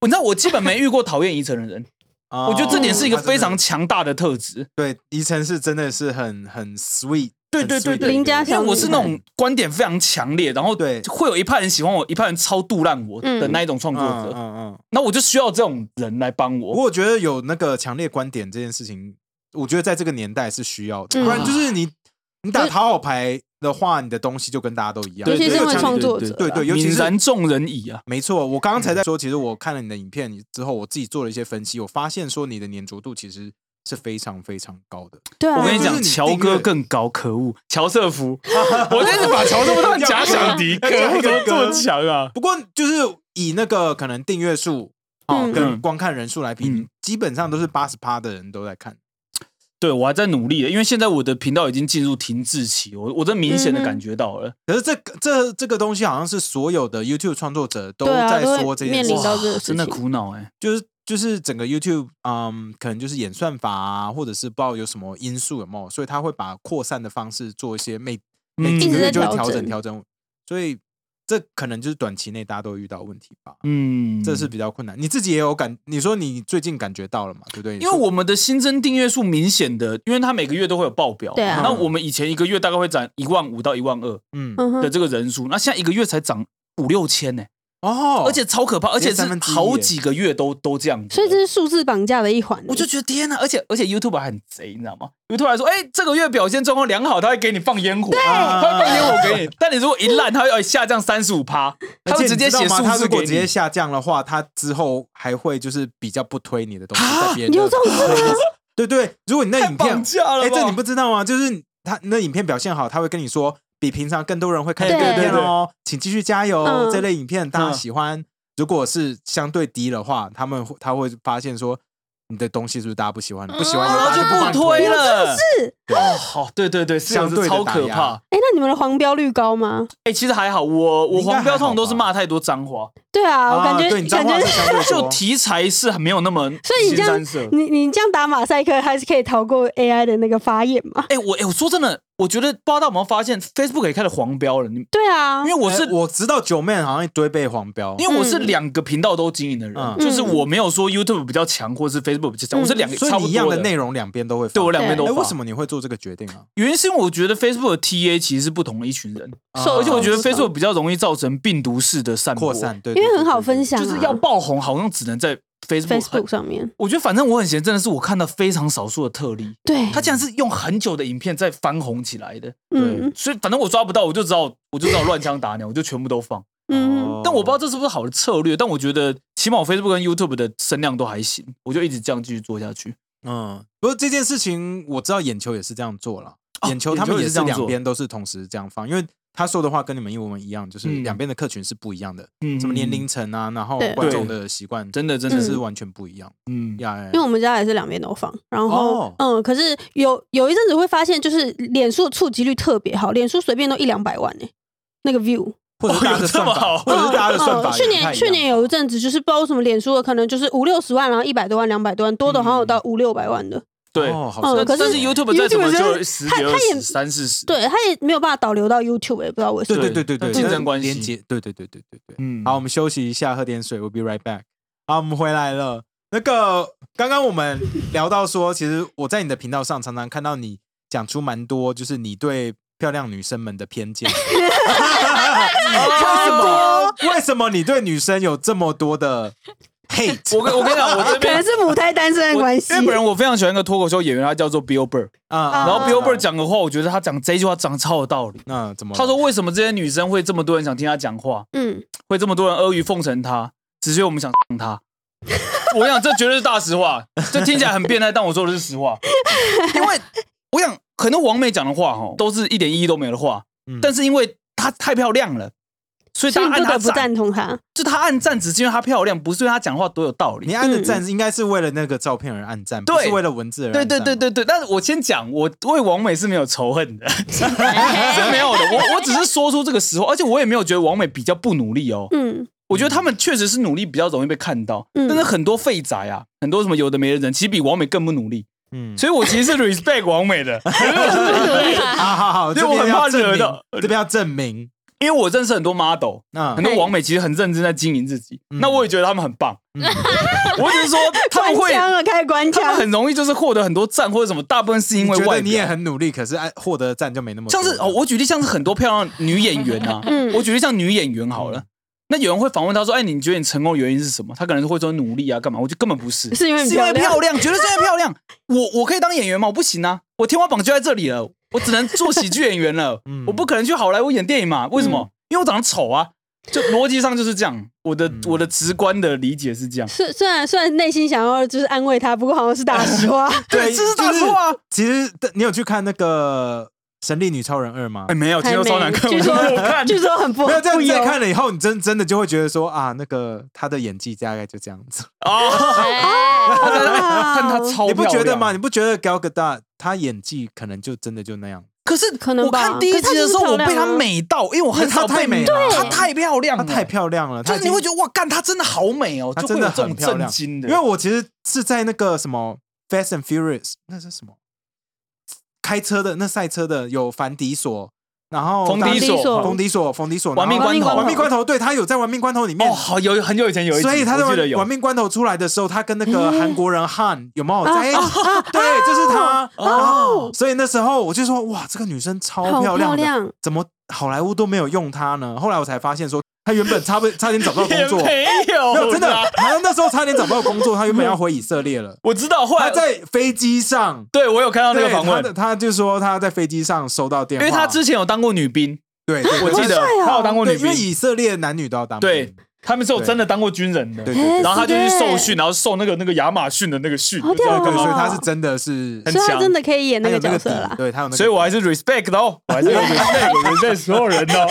S3: 你知道我基本没遇过讨厌宜城的人，
S1: 哦
S3: 我觉得这点是一个非常强大的特质。
S1: 对。宜晨是真的是很很 sweet，
S3: 对
S1: 很
S3: 对对
S1: sweet
S3: 对，
S2: 邻家
S3: 因为
S2: 小
S3: 我
S2: 女
S3: 是
S2: 孩
S3: 那种观点非常强烈，然后
S1: 对
S3: 会有一派人喜欢我，一派人超度烂我的
S2: 嗯
S3: 那一种创作
S1: 嗯嗯
S3: 者，
S1: 嗯。
S3: 那我就需要这种人来帮
S1: 不
S3: 我。
S1: 过我觉得有那个强烈观点这件事情，我觉得在这个年代是需要的，
S2: 嗯
S1: 不然就是你你打讨好牌的话，你的东西就跟大家都一样。
S2: 尤其
S1: 这个
S2: 是身为
S1: 强
S2: 创作者
S1: 对对尤其是
S3: 泯然众人矣啊！
S1: 没错，我刚刚
S2: 嗯
S1: 才在说，其实我看了你的影片之后，我自己做了一些分析，我发现说你的粘着度其实是非常非常高的。
S2: 对啊，
S3: 我跟你
S1: 就
S3: 讲，
S1: 是你
S3: 乔
S1: 订阅
S3: 哥更高，可恶！乔 瑟夫，我真是把乔瑟夫当假想敌，可恶，怎么这么强啊？
S1: 不过就是以那个可能订阅数啊、
S2: 嗯
S1: 跟观看人数来比，
S3: 嗯
S1: 你基本上都是八十趴的人都在看。
S3: 对我还在努力的，因为现在我的频道已经进入停滞期，我我真的明显的
S2: 嗯哼
S3: 感觉到了。
S1: 可是这个这这个东西好像是所有的 YouTube 创作者都
S2: 对啊
S1: 在
S2: 都会
S1: 说这件
S2: 面
S1: 事
S2: 临
S1: 情
S2: 到这个
S3: 哇
S2: 事
S3: 真的
S2: 情
S3: 苦恼哎、
S1: 就是就是整个 YouTube，嗯，可能就是演算法啊，或者是不知道有什么因素有没有，所以他会把扩散的方式做一些每每
S3: 嗯
S1: 几
S2: 一
S1: 个
S2: 直
S1: 月
S2: 在
S1: 就会
S2: 调
S1: 调整
S2: 整
S1: 调整，所以这可能就是短期内大家都会遇到的问题吧。
S3: 嗯，
S1: 这是比较困难，你自己也有感，你说你最近感觉到了嘛，对不对？
S3: 因为我们的新增订阅数明显的，因为它每个月都会有报表，
S2: 对啊
S3: 那我们以前一个月大概会涨一万五到一万二
S1: 嗯
S2: 嗯
S3: 的
S2: 哼，
S3: 这个人数，那现在一个月才涨五六千呢、
S1: 哦，
S3: 而且超可怕，而且
S1: 三
S3: 是
S1: 分之一耶
S3: 好几个月都都这样子。
S2: 所以这是数字绑架的一环。
S3: 我就觉得天哪，而且而且 YouTube 还很贼，你知道吗？YouTube 还说，哎、这个月表现状况良好，他会给你放烟火，他会放烟火给你。 但你如果一烂，他会要下降三十五趴，他
S1: 而且
S3: 会
S1: 你
S3: 直接
S1: 知道
S3: 写
S1: 吗
S3: 数
S1: 他
S3: 字
S1: 如
S3: 给
S1: 果
S3: 你
S1: 直。接下降的话，他之后还会就是比较不推你的东西
S3: 啊
S1: 在别人
S2: 有
S1: 的
S2: 这种事吗？
S1: 对对，如果你那
S3: 太
S1: 影片
S3: 绑架了吧
S1: 哎，这你不知道吗？就是他那影片表现好，他会跟你说，比平常更多人会看这
S4: 对
S1: 个影片哦，请继续加油。
S2: 嗯
S1: 这类影片大家
S3: 嗯
S1: 喜欢，如果是相对低的话，他们会他会发现说你的东西是不是大家不喜欢，不喜欢
S4: 哦
S1: 大家
S3: 然
S1: 就
S3: 嗯啊后
S1: 帮
S3: 就
S1: 你
S3: 不 推。了，
S2: 是，
S3: 哦，好，对对对，是这样
S1: 相对
S3: 子
S1: 的
S3: 超
S1: 打
S3: 可
S1: 压
S3: 怕。
S2: 哎，那你们的黄标率高吗？
S3: 哎、其实还好，我我
S1: 你应该
S3: 黄标
S1: 还好
S3: 通常都是
S1: 吧
S3: 骂太多脏话，
S2: 对啊，我
S1: 啊
S2: 感觉
S1: 对你脏
S2: 感
S1: 话是
S2: 觉
S1: 相对
S3: 就
S1: 多。
S3: 题材是没有那么
S2: 所以你这
S3: 新
S2: 样
S3: 三色。
S2: 你你这样打马赛克还是可以逃过 AI 的那个发言嘛？
S3: 哎、我哎、我说真的，我觉得不知道大家有没有发现，Facebook 也开了黄标了。你
S2: 对啊
S3: 因， 为我是、
S1: 哎我知道九妹好像一堆被黄标，
S3: 因为我是
S2: 嗯
S3: 两个频道都经营的人，
S1: 嗯
S3: 就是我没有说 YouTube 比较强，或是 Facebook 比较
S2: 嗯
S3: 强，我是两个
S1: 所以
S3: 差不
S1: 你一样
S3: 多
S1: 的内容两边都会放。
S3: 对我两边
S2: 对
S3: 都
S1: 哎，
S3: 发。
S1: 为什么你会做这个决定啊？
S3: 原因是因为我觉得 Facebook 的 TA 其实是不同的一群人，
S2: 受
S3: 而且我觉得
S2: 众是
S3: Facebook 比较容易造成病毒式的散播
S1: 啊扩散，，对，
S2: 因
S1: 对
S2: 为
S1: 对
S2: 很好
S1: 对
S2: 分享啊，
S3: 就是要爆红好像只能在 Facebook 很。
S2: Facebook 上面。
S3: 我觉得反正我很闲，真的是我看到非常少数的特例。
S2: 对，
S3: 他竟然是用很久的影片再翻红起来的，
S2: 嗯
S3: 所以反正我抓不到，我就知道我就知道乱枪打鸟，我就全部都放。
S2: 嗯，
S1: 哦
S3: 但我不知道这是不是好的策略，但我觉得起码我 Facebook 跟 YouTube 的声量都还行，我就一直这样继续做下去。
S1: 嗯，不过这件事情我知道眼球也是这样做了。
S3: 哦
S1: 眼球他们
S3: 眼球也
S1: 也
S3: 是这
S1: 是
S3: 样做
S1: 两边都是同时这样放，因为他说的话跟你们英文一样，就是
S3: 嗯
S1: 两边的客群是不一样的，
S3: 嗯
S1: 什么年龄层啊，然后
S2: 对
S1: 观众的习惯，
S3: 真的真
S1: 真
S3: 的
S1: 的
S3: 是
S1: 是完全不一样
S3: 嗯
S1: 呀。呀呀
S2: 因为我们家也是两边都放，然后、
S1: 哦
S2: 嗯，可是有有一阵子会发现，就是脸书的触及率特别好，脸书随便都一两百万呢、那个 view。
S1: 或者是大家的算
S3: 哦有这么好
S1: 法，或者是大家的算法
S2: 嗯嗯去
S1: 也不太一样，
S2: 年去年有一阵子就是不知道为什么脸书的可能就是五六十万，然后一百多万、两百多万，多的好
S3: 嗯
S2: 像有到五六百万的。
S3: 对。
S1: 哦，好
S2: 嗯
S1: 像
S2: 可是
S3: 但是 YouTube 再怎么
S2: YouTube 真
S3: 就
S2: 的
S3: 十
S2: 他
S3: 几、
S2: 他
S3: 二
S2: 也
S3: 十、三四十，
S2: 对，他也没有办法导流到 YouTube，也不知道为什
S1: 对
S2: 么。
S1: 对对对对，
S3: 竞争关系
S1: 连接，对对对对对对。
S3: 嗯
S1: 好，我，们休息一下，喝点水。We'll be right back。好，我们回来了。那个刚刚我们聊到说，其实我在你的频道上常常看到你讲出蛮多，就是你对漂亮女生们的偏见。为什么？为什么你对女生有这么多的 hate？
S3: 我跟我跟你讲，我这
S2: 可
S3: 边
S2: 能是母胎单身的
S3: 我
S2: 关系
S3: 因。为本人我非常喜欢一个脱口秀演员，他叫做 Bill Burr，
S1: 啊，
S2: 啊
S3: 然后
S2: 不
S3: Bill
S2: 用
S3: Burr 讲的话，我觉得他讲这句话讲得超有道理。
S1: 那嗯怎么了？
S3: 他说：“为什么这些女生会这么多人想听他讲话，
S2: 嗯，
S3: 会这么多人阿谀奉承他，只是因为我们想他？”我想这绝对是大实话，这听起来很变态，但我说的是实话。因为我想，可能王美讲的话，哈，都是一点意义都没有的话，
S1: 嗯，
S3: 但是因为她太漂亮了，所以
S2: 所
S3: 大
S2: 以
S3: 家
S2: 你
S3: 按
S2: 不
S3: 她
S2: 得不
S3: 赞
S2: 赞，同他。
S3: 就她按赞只是因为她漂亮，不是因为她讲话多有道理
S1: 你。按的赞应该是为了那个照片而按赞，
S3: 对
S1: 不是为了文字而按
S3: 对
S1: 赞
S3: 对对对对，但是我先讲，我对王美是没有仇 恨的， 是没有的。我我只是说出这个实话，而且我也没有觉得王美比较不努力哦。
S2: 嗯
S3: 我觉得他们确实是努力比较容易被看到，
S2: 嗯
S3: 但是很多废宅啊，很多什么有的没的人，其实比王美更不努力。
S1: 嗯，
S3: 所以我其实是 respect 王 美的，
S1: 啊好好好，
S3: 因为
S1: 这边
S3: 我很
S1: 要
S3: 怕
S1: 证
S3: 惹
S1: 明
S3: 到
S1: 这边要证明。啊
S3: 因为我认识很多 model，
S1: 那
S3: 很多王美其实很认真在经营自己，
S1: 嗯
S3: 那我也觉得他们很 棒。
S1: 嗯
S3: 我只是说他
S2: 关
S3: 们会，
S2: 枪了，开始关
S3: 他
S2: 枪
S3: 们。很容易就是获得很多赞或者什么，大部分是因为
S1: 你觉
S3: 外
S1: 得你也
S3: 表。
S1: 很努力，可是哎，获得的赞就没那么多
S3: 像是哦，我举例像是很多漂亮女演员啊，
S2: 嗯
S3: 我举例像女演员好了。那有人会访问她说：“哎，你觉得你成功的原因是什么？”她可能会说努力啊，干嘛？我就根本不是，
S2: 是因为你
S3: 是因
S2: 漂
S3: 为
S2: 亮
S3: 漂亮，觉得是因为漂亮。我我可以当演员吗？我不行啊，我天花板就在这里了，我只能做喜剧演员了，
S1: 嗯
S3: 我不可能去好莱坞演电影嘛？为什么？因为我长得丑啊，就逻辑上就是这样，我的、
S1: 嗯
S3: 我的直观的理解是这样。
S2: 虽虽然虽然内心想要就是安慰他，不过好像是大实 话。
S1: 对，
S3: 这是大
S1: 就
S3: 错啊！
S1: 其实你有去看那个《神力女超人二》吗
S3: 哎，？没有，听
S2: 还
S3: 说
S2: 没，
S3: 超难看，
S2: 据
S3: 我
S2: 说
S3: 真的没有看。
S2: 据说很 不
S1: 没有，这
S2: 不
S1: 样再
S2: 友
S1: 看了以后，你真真的就会觉得说啊，那个他的演技大概就这样子，
S3: 哦，
S4: 哎
S2: 啊
S3: 但她超
S1: 你不觉得
S3: 漂亮
S1: 吗？？你不觉得 Gal Gadot 她演技可能就真的就那样？
S3: 可是
S2: 可能
S3: 我
S2: 吧
S3: 看第一集的
S2: 可是她就
S3: 时候，
S2: 是漂
S3: 我
S2: 亮啊
S3: 被她美到，因为我很少
S1: 她太
S3: 被啊
S1: 美了
S3: 她太漂亮
S1: 她
S3: 了，
S1: 太漂亮了，
S3: 就
S1: 她
S3: 是你会
S1: 觉
S3: 觉得哇，干她真的好美哦，
S1: 她
S3: 就会
S1: 真
S3: 有
S1: 的
S3: 这
S1: 很
S3: 种
S1: 漂
S3: 震
S1: 亮
S3: 惊的。
S1: 因为我其实是在那个什么《Fast and Furious》，那是什么？开车的那赛车的有凡迪索，然
S2: 哦
S1: 后
S3: 冯迪
S2: 索
S1: 冯迪索，冯迪索，
S3: 玩命
S1: 然后
S3: 关头，
S1: 玩命关头，对他有在玩命关头里面
S3: 哦，好有很久以前有一集，
S1: 所以他在
S3: 我记得
S1: 玩
S3: 有
S1: 玩命关头出来的时候，他跟那个韩国人汉有没有在
S2: 哦
S1: 一起？对，就是他。
S3: 哦
S1: 然后所以那时候我就说，哇，这个女生超漂亮
S2: 好漂
S1: 的，
S2: 亮
S1: 怎么好莱坞都没有用她呢？后来我才发现说，她原本差不差点找不到工作，没
S3: 也 没有，。
S1: 有真的，好像那时候差点找不到工作，她原本要回以色列了
S3: 我知道。后
S1: 她
S3: 来
S1: 在飞机上，
S3: 对我有看到那
S1: 对
S3: 个访
S1: 她的
S3: 问，
S1: 她就说她在飞机上收到电
S3: 因
S1: 话，
S3: 为他之前有当过女兵，
S1: 对，对
S3: 我记得
S2: 好帅哦
S3: 他有当过
S1: 对，
S3: 女
S1: 因为
S3: 兵，
S1: 以色列男女都要当兵
S3: 对他们是有真的当过军人的
S1: 对。对对
S3: 然后他就去受训，
S2: 了。
S3: 然后受那个那个亚马逊的那个训，
S2: 好屌
S1: 对，所以她
S2: 哦
S1: 是真的是
S2: 所以他真的可以演那
S1: 他有
S2: 个
S1: 那个
S2: 角色
S1: 底
S2: 啦。
S1: 对他有那个底，
S3: 所以我还是 respect 的哦， 我还是有 respect 我 respect 所有人 的哦。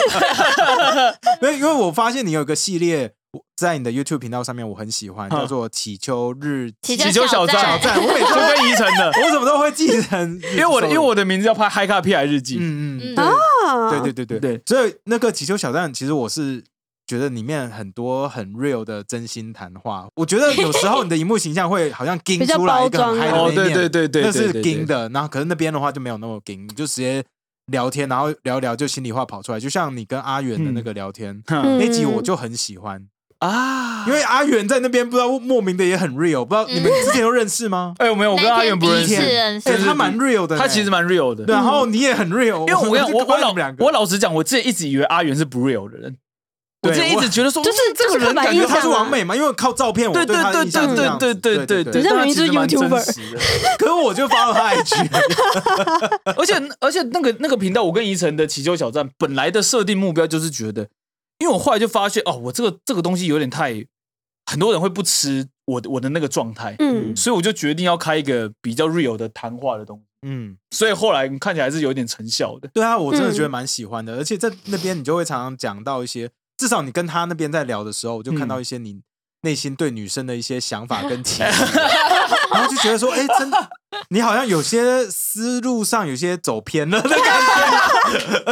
S1: 因为因为我发现你有一个系列我在你的 YouTube 频道上面，我很喜欢，
S3: 嗯
S1: 叫做祈求日
S4: 祈
S3: 祈求小
S4: 小
S3: 站
S1: 站，我每
S3: 就
S1: 次都会
S3: 跟宜城的，
S1: 我怎么都会记成，
S3: 因为我的因为我的名字要拍《嗨咖屁孩日记》，
S1: 嗯嗯
S4: 嗯
S1: 对
S2: 啊
S1: 对对对对
S3: 对，
S1: 所以那个祈求小站，其实我是。觉得里面很多很 real 的真心谈话，我觉得有时候你的荧幕形象会好像盯
S2: 比较
S1: 出来一个
S2: 包
S1: 很
S2: 装啊
S1: 嗨的那
S3: 哦，
S1: 一面
S3: 对对对对，
S1: 那
S3: 对
S1: 是
S3: 对
S1: 盯
S3: 对
S1: 的，然后可是那边的话就没有那么盯，你就直接聊天，然后聊一聊就心里话跑出来，就像你跟阿元的那
S3: 嗯
S1: 个聊天、
S3: 哼
S1: 那集，我
S2: 嗯
S1: 就很喜欢，
S3: 啊？
S1: 因为阿元在那边不知道莫名的也很 real，不知道你们之前有认识吗
S3: 哎，我没有，我跟阿
S4: 那
S3: 远
S4: 天
S3: 不
S4: 第
S3: 认
S4: 一次
S3: 识，
S4: 认
S1: 哎、
S4: 识，
S1: 他蛮 real 的呢、
S3: 他其实蛮 real 的
S1: 对，。啊然后你也很 real，
S3: 因为我跟你讲，我我
S1: 我
S3: 老
S1: 们两个，
S3: 我老实讲，我之前一直以为阿元是不 real 的人，我
S1: 对
S3: 之前一直觉得说，
S2: 就是
S3: 嗯这个
S2: 就是
S3: 人
S2: 刻板
S3: 感
S2: 印
S3: 觉
S1: 因为他
S2: 象
S3: 他
S1: 是王美嘛，因为靠照片我
S3: 对
S1: 对
S3: 对
S1: 他的
S3: 对
S1: 印象是这样
S3: 对
S1: 子
S3: 对
S1: 对
S3: 对
S2: 你
S3: 对，
S2: 这
S3: 但
S2: 明
S3: 他
S2: 明
S3: 其实
S2: 是
S3: 蛮真
S2: YouTuber
S3: 实的。
S1: 可是我就发了他一 句，
S3: 而且而且那个那个频道，我跟宜晨的祈求小站本来的设定目标就是觉得，因为我后来就发现哦，我这个这个东西有点太，很多人会不吃我的我的那个状态，
S2: 嗯
S3: 所以我就决定要开一个比较 real 的谈话的东西。
S1: 嗯，
S3: 所以后来看起来是有点成效的。
S1: 对啊，我真的觉得蛮喜欢的，而且在那边你就会常常讲到一些，至少你跟他那边在聊的时候，我就看
S3: 嗯
S1: 到一些你内心对女生的一些想法跟 体验，然后就觉得说，哎、真你好像有些思路上有些走偏了的感觉，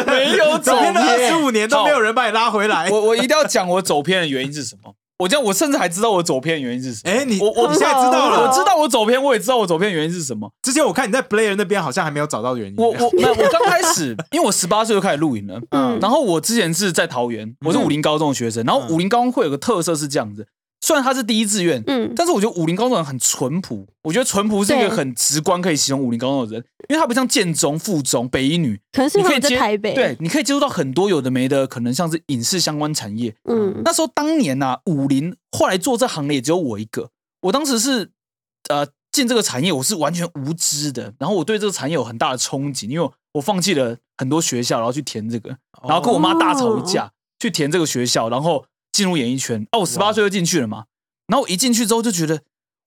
S3: 没有走
S1: 偏 了二
S3: 偏
S1: 十五年都没有人把你拉回来。
S3: 我我一定要讲我走偏的原因是什么。我这样，我甚至还知道我走偏的原因是什么。
S1: 哎、你
S3: 我我
S1: 你现在知道
S2: 很好
S1: 了
S3: 我
S2: 哦，
S3: 知道我走偏，我也知道我走偏的原因是什么。
S1: 之前我看你在 Player 那边好像还没有找到原因。啊
S3: 我我那我刚开 始，因为我十八岁就开始露营了。
S2: 嗯
S3: 然后我之前是在桃园，我是武林高中的学生。然后武林高中会有个特色是这样子，虽然它是第一志愿，
S2: 嗯，
S3: 但是我觉得武林高中人很淳朴。我觉得淳朴是一个
S2: 对
S3: 很直观可以形容武林高中的人，因为他不像建中、附中、北一女，
S2: 可能是
S3: 你
S2: 因为
S3: 可以
S2: 我在
S3: 接
S2: 台北，
S3: 对，，你可以接触到很多有的没的，可能像是影视相关产业。
S2: 嗯
S3: 那时候当年呐、啊，武林后来做这行的也只有我一个。我当时是呃进这个产业，我是完全无知的，然后我对这个产业有很大的憧憬，因为我我放弃了很多学校，然后去填这个，然后跟我
S1: 哦
S3: 妈大吵一架，去填这个学校，然后进入演艺圈。哦、我十八岁就进去了嘛，然后我一进去之后就觉得，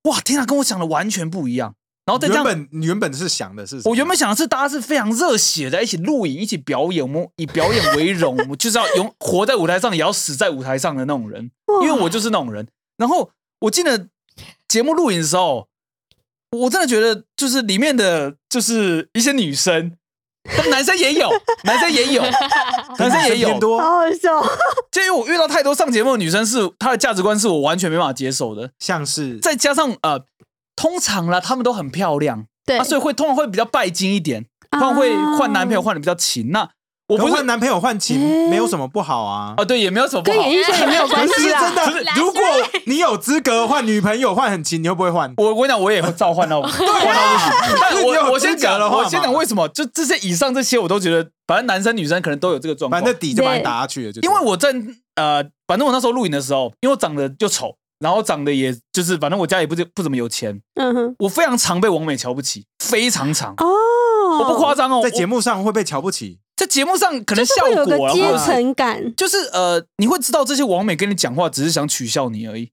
S3: 哇，天啊，跟我想的完全不一样。然后再
S1: 原
S3: 加上
S1: 本你原本是想的是什么，
S3: 我原本想的是，大家是非常热血的，一起录影，一起表演，我们以表演为荣，我们就是要永活在舞台上，也要死在舞台上的那种人。因为我就是那种人。然后我进了节目录影的时候，我真的觉得就是里面的就是一些女生，但男生 也有，男生也有，男生也有哦
S1: 偏。多
S2: 好好笑，
S3: 就因为我遇到太多上节目的女生是，她的价值观是我完全没办法接受的。
S1: 像是
S3: 再加上呃，通常啦，她们都很漂亮，
S2: 对啊
S3: 啊，，所以会通常会比较拜金一点，通常会换男朋友换的比较勤。那我
S1: 我
S3: 不
S1: 不
S3: 是
S1: 是男朋友换情，
S2: 诶
S1: 没有什么不好啊。
S3: 啊，对，也没有什么不
S2: 跟
S3: 好
S2: 演。艺圈也没有关
S1: 可是
S2: 系
S1: 真
S2: 啦。
S1: 的，
S4: 来
S1: 如果你有资格换女朋友换很勤，你会不会换？
S3: 我我跟你讲，我也会召唤到 我，召唤到不行。但
S1: 啊你有
S3: 我我
S1: 资
S3: 先
S1: 格
S3: 讲
S1: 的话
S3: 我
S1: 嘛
S3: 先讲为什么，就这些以上这些，我都觉得，反正男生女生可能都有这个状况。
S1: 反正底就把你打下去了，就
S3: 因为我在呃，反正我那时候录影的时候，因为我长得就丑，然后长得也就是，反正我家也不是不怎么有钱，
S2: 嗯哼，
S3: 我非常常被王美瞧不起，非常常，
S2: 哦，
S3: 我不夸张哦，
S1: 在节
S3: 目
S1: 目上会被瞧不起，
S3: 在节目上可能
S2: 就是
S3: 效
S2: 会有个
S3: 果啊啦
S2: 阶
S3: 或者是
S2: 层感，
S3: 就是呃，你会知道这些王美跟你讲话只是想取笑你而已，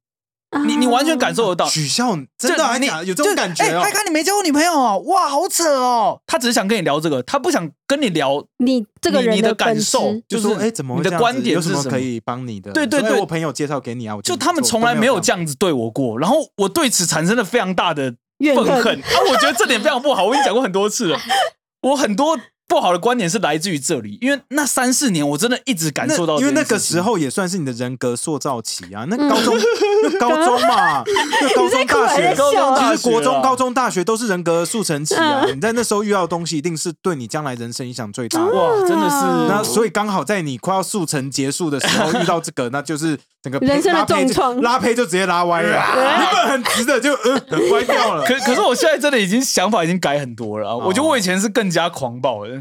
S2: 啊
S3: 你你完全感受得到，
S1: 取笑你真的还
S3: 你
S1: 假的有这种感觉
S3: 哎，
S1: 哦
S3: 他。看你没交过女朋友哦，哇，好扯哦。他只是想跟你聊这个，他不想跟你聊。
S2: 你这个
S3: 你你
S2: 人
S3: 的感
S2: 本质
S3: 受
S1: 就
S3: 就是
S1: 说哎，怎么会
S3: 你的
S1: 这样子
S3: 观点
S1: 有
S3: 是
S1: 什么
S3: 什么
S1: 可以帮你的？
S3: 对对
S1: 所以
S3: 对
S1: 我朋友介绍给你啊，我觉
S3: 就
S1: 得
S3: 他们
S1: 不错
S3: 从来
S1: 都
S3: 没
S1: 没
S3: 有这样子对我过，然后我对此产生了非常大的
S2: 怨
S3: 愤
S2: 恨
S3: 恨。啊，我觉得这点非常不好，我已经讲过很多次了。我很多不好的观点是来自于这里，因为那三四年我真的一直感
S1: 那
S3: 受到这件事情，
S1: 因为那个时候也算是你的人格塑造期啊。那高中，那高中嘛，那 高中、大学、
S2: 你在哭
S1: 高
S2: 还是笑
S1: 中，
S2: 啊
S1: 其实国中、
S3: 大学啊
S1: 高中、大学都是人格速成期啊。
S2: 嗯
S1: 你在那时候遇到的东西，一定是对你将来人生影响最大的。
S3: 哇，真的是
S1: 那所以刚好在你快要速成结束的时候遇到这个，那就是整个
S2: 人生的
S1: 拉胚就
S2: 重创
S1: 拉胚就直接拉歪了，原本很直的就呃歪掉了。
S3: 可可是我现在真的已经想法已经改很多了啊、我觉得我以前是更加狂 暴的，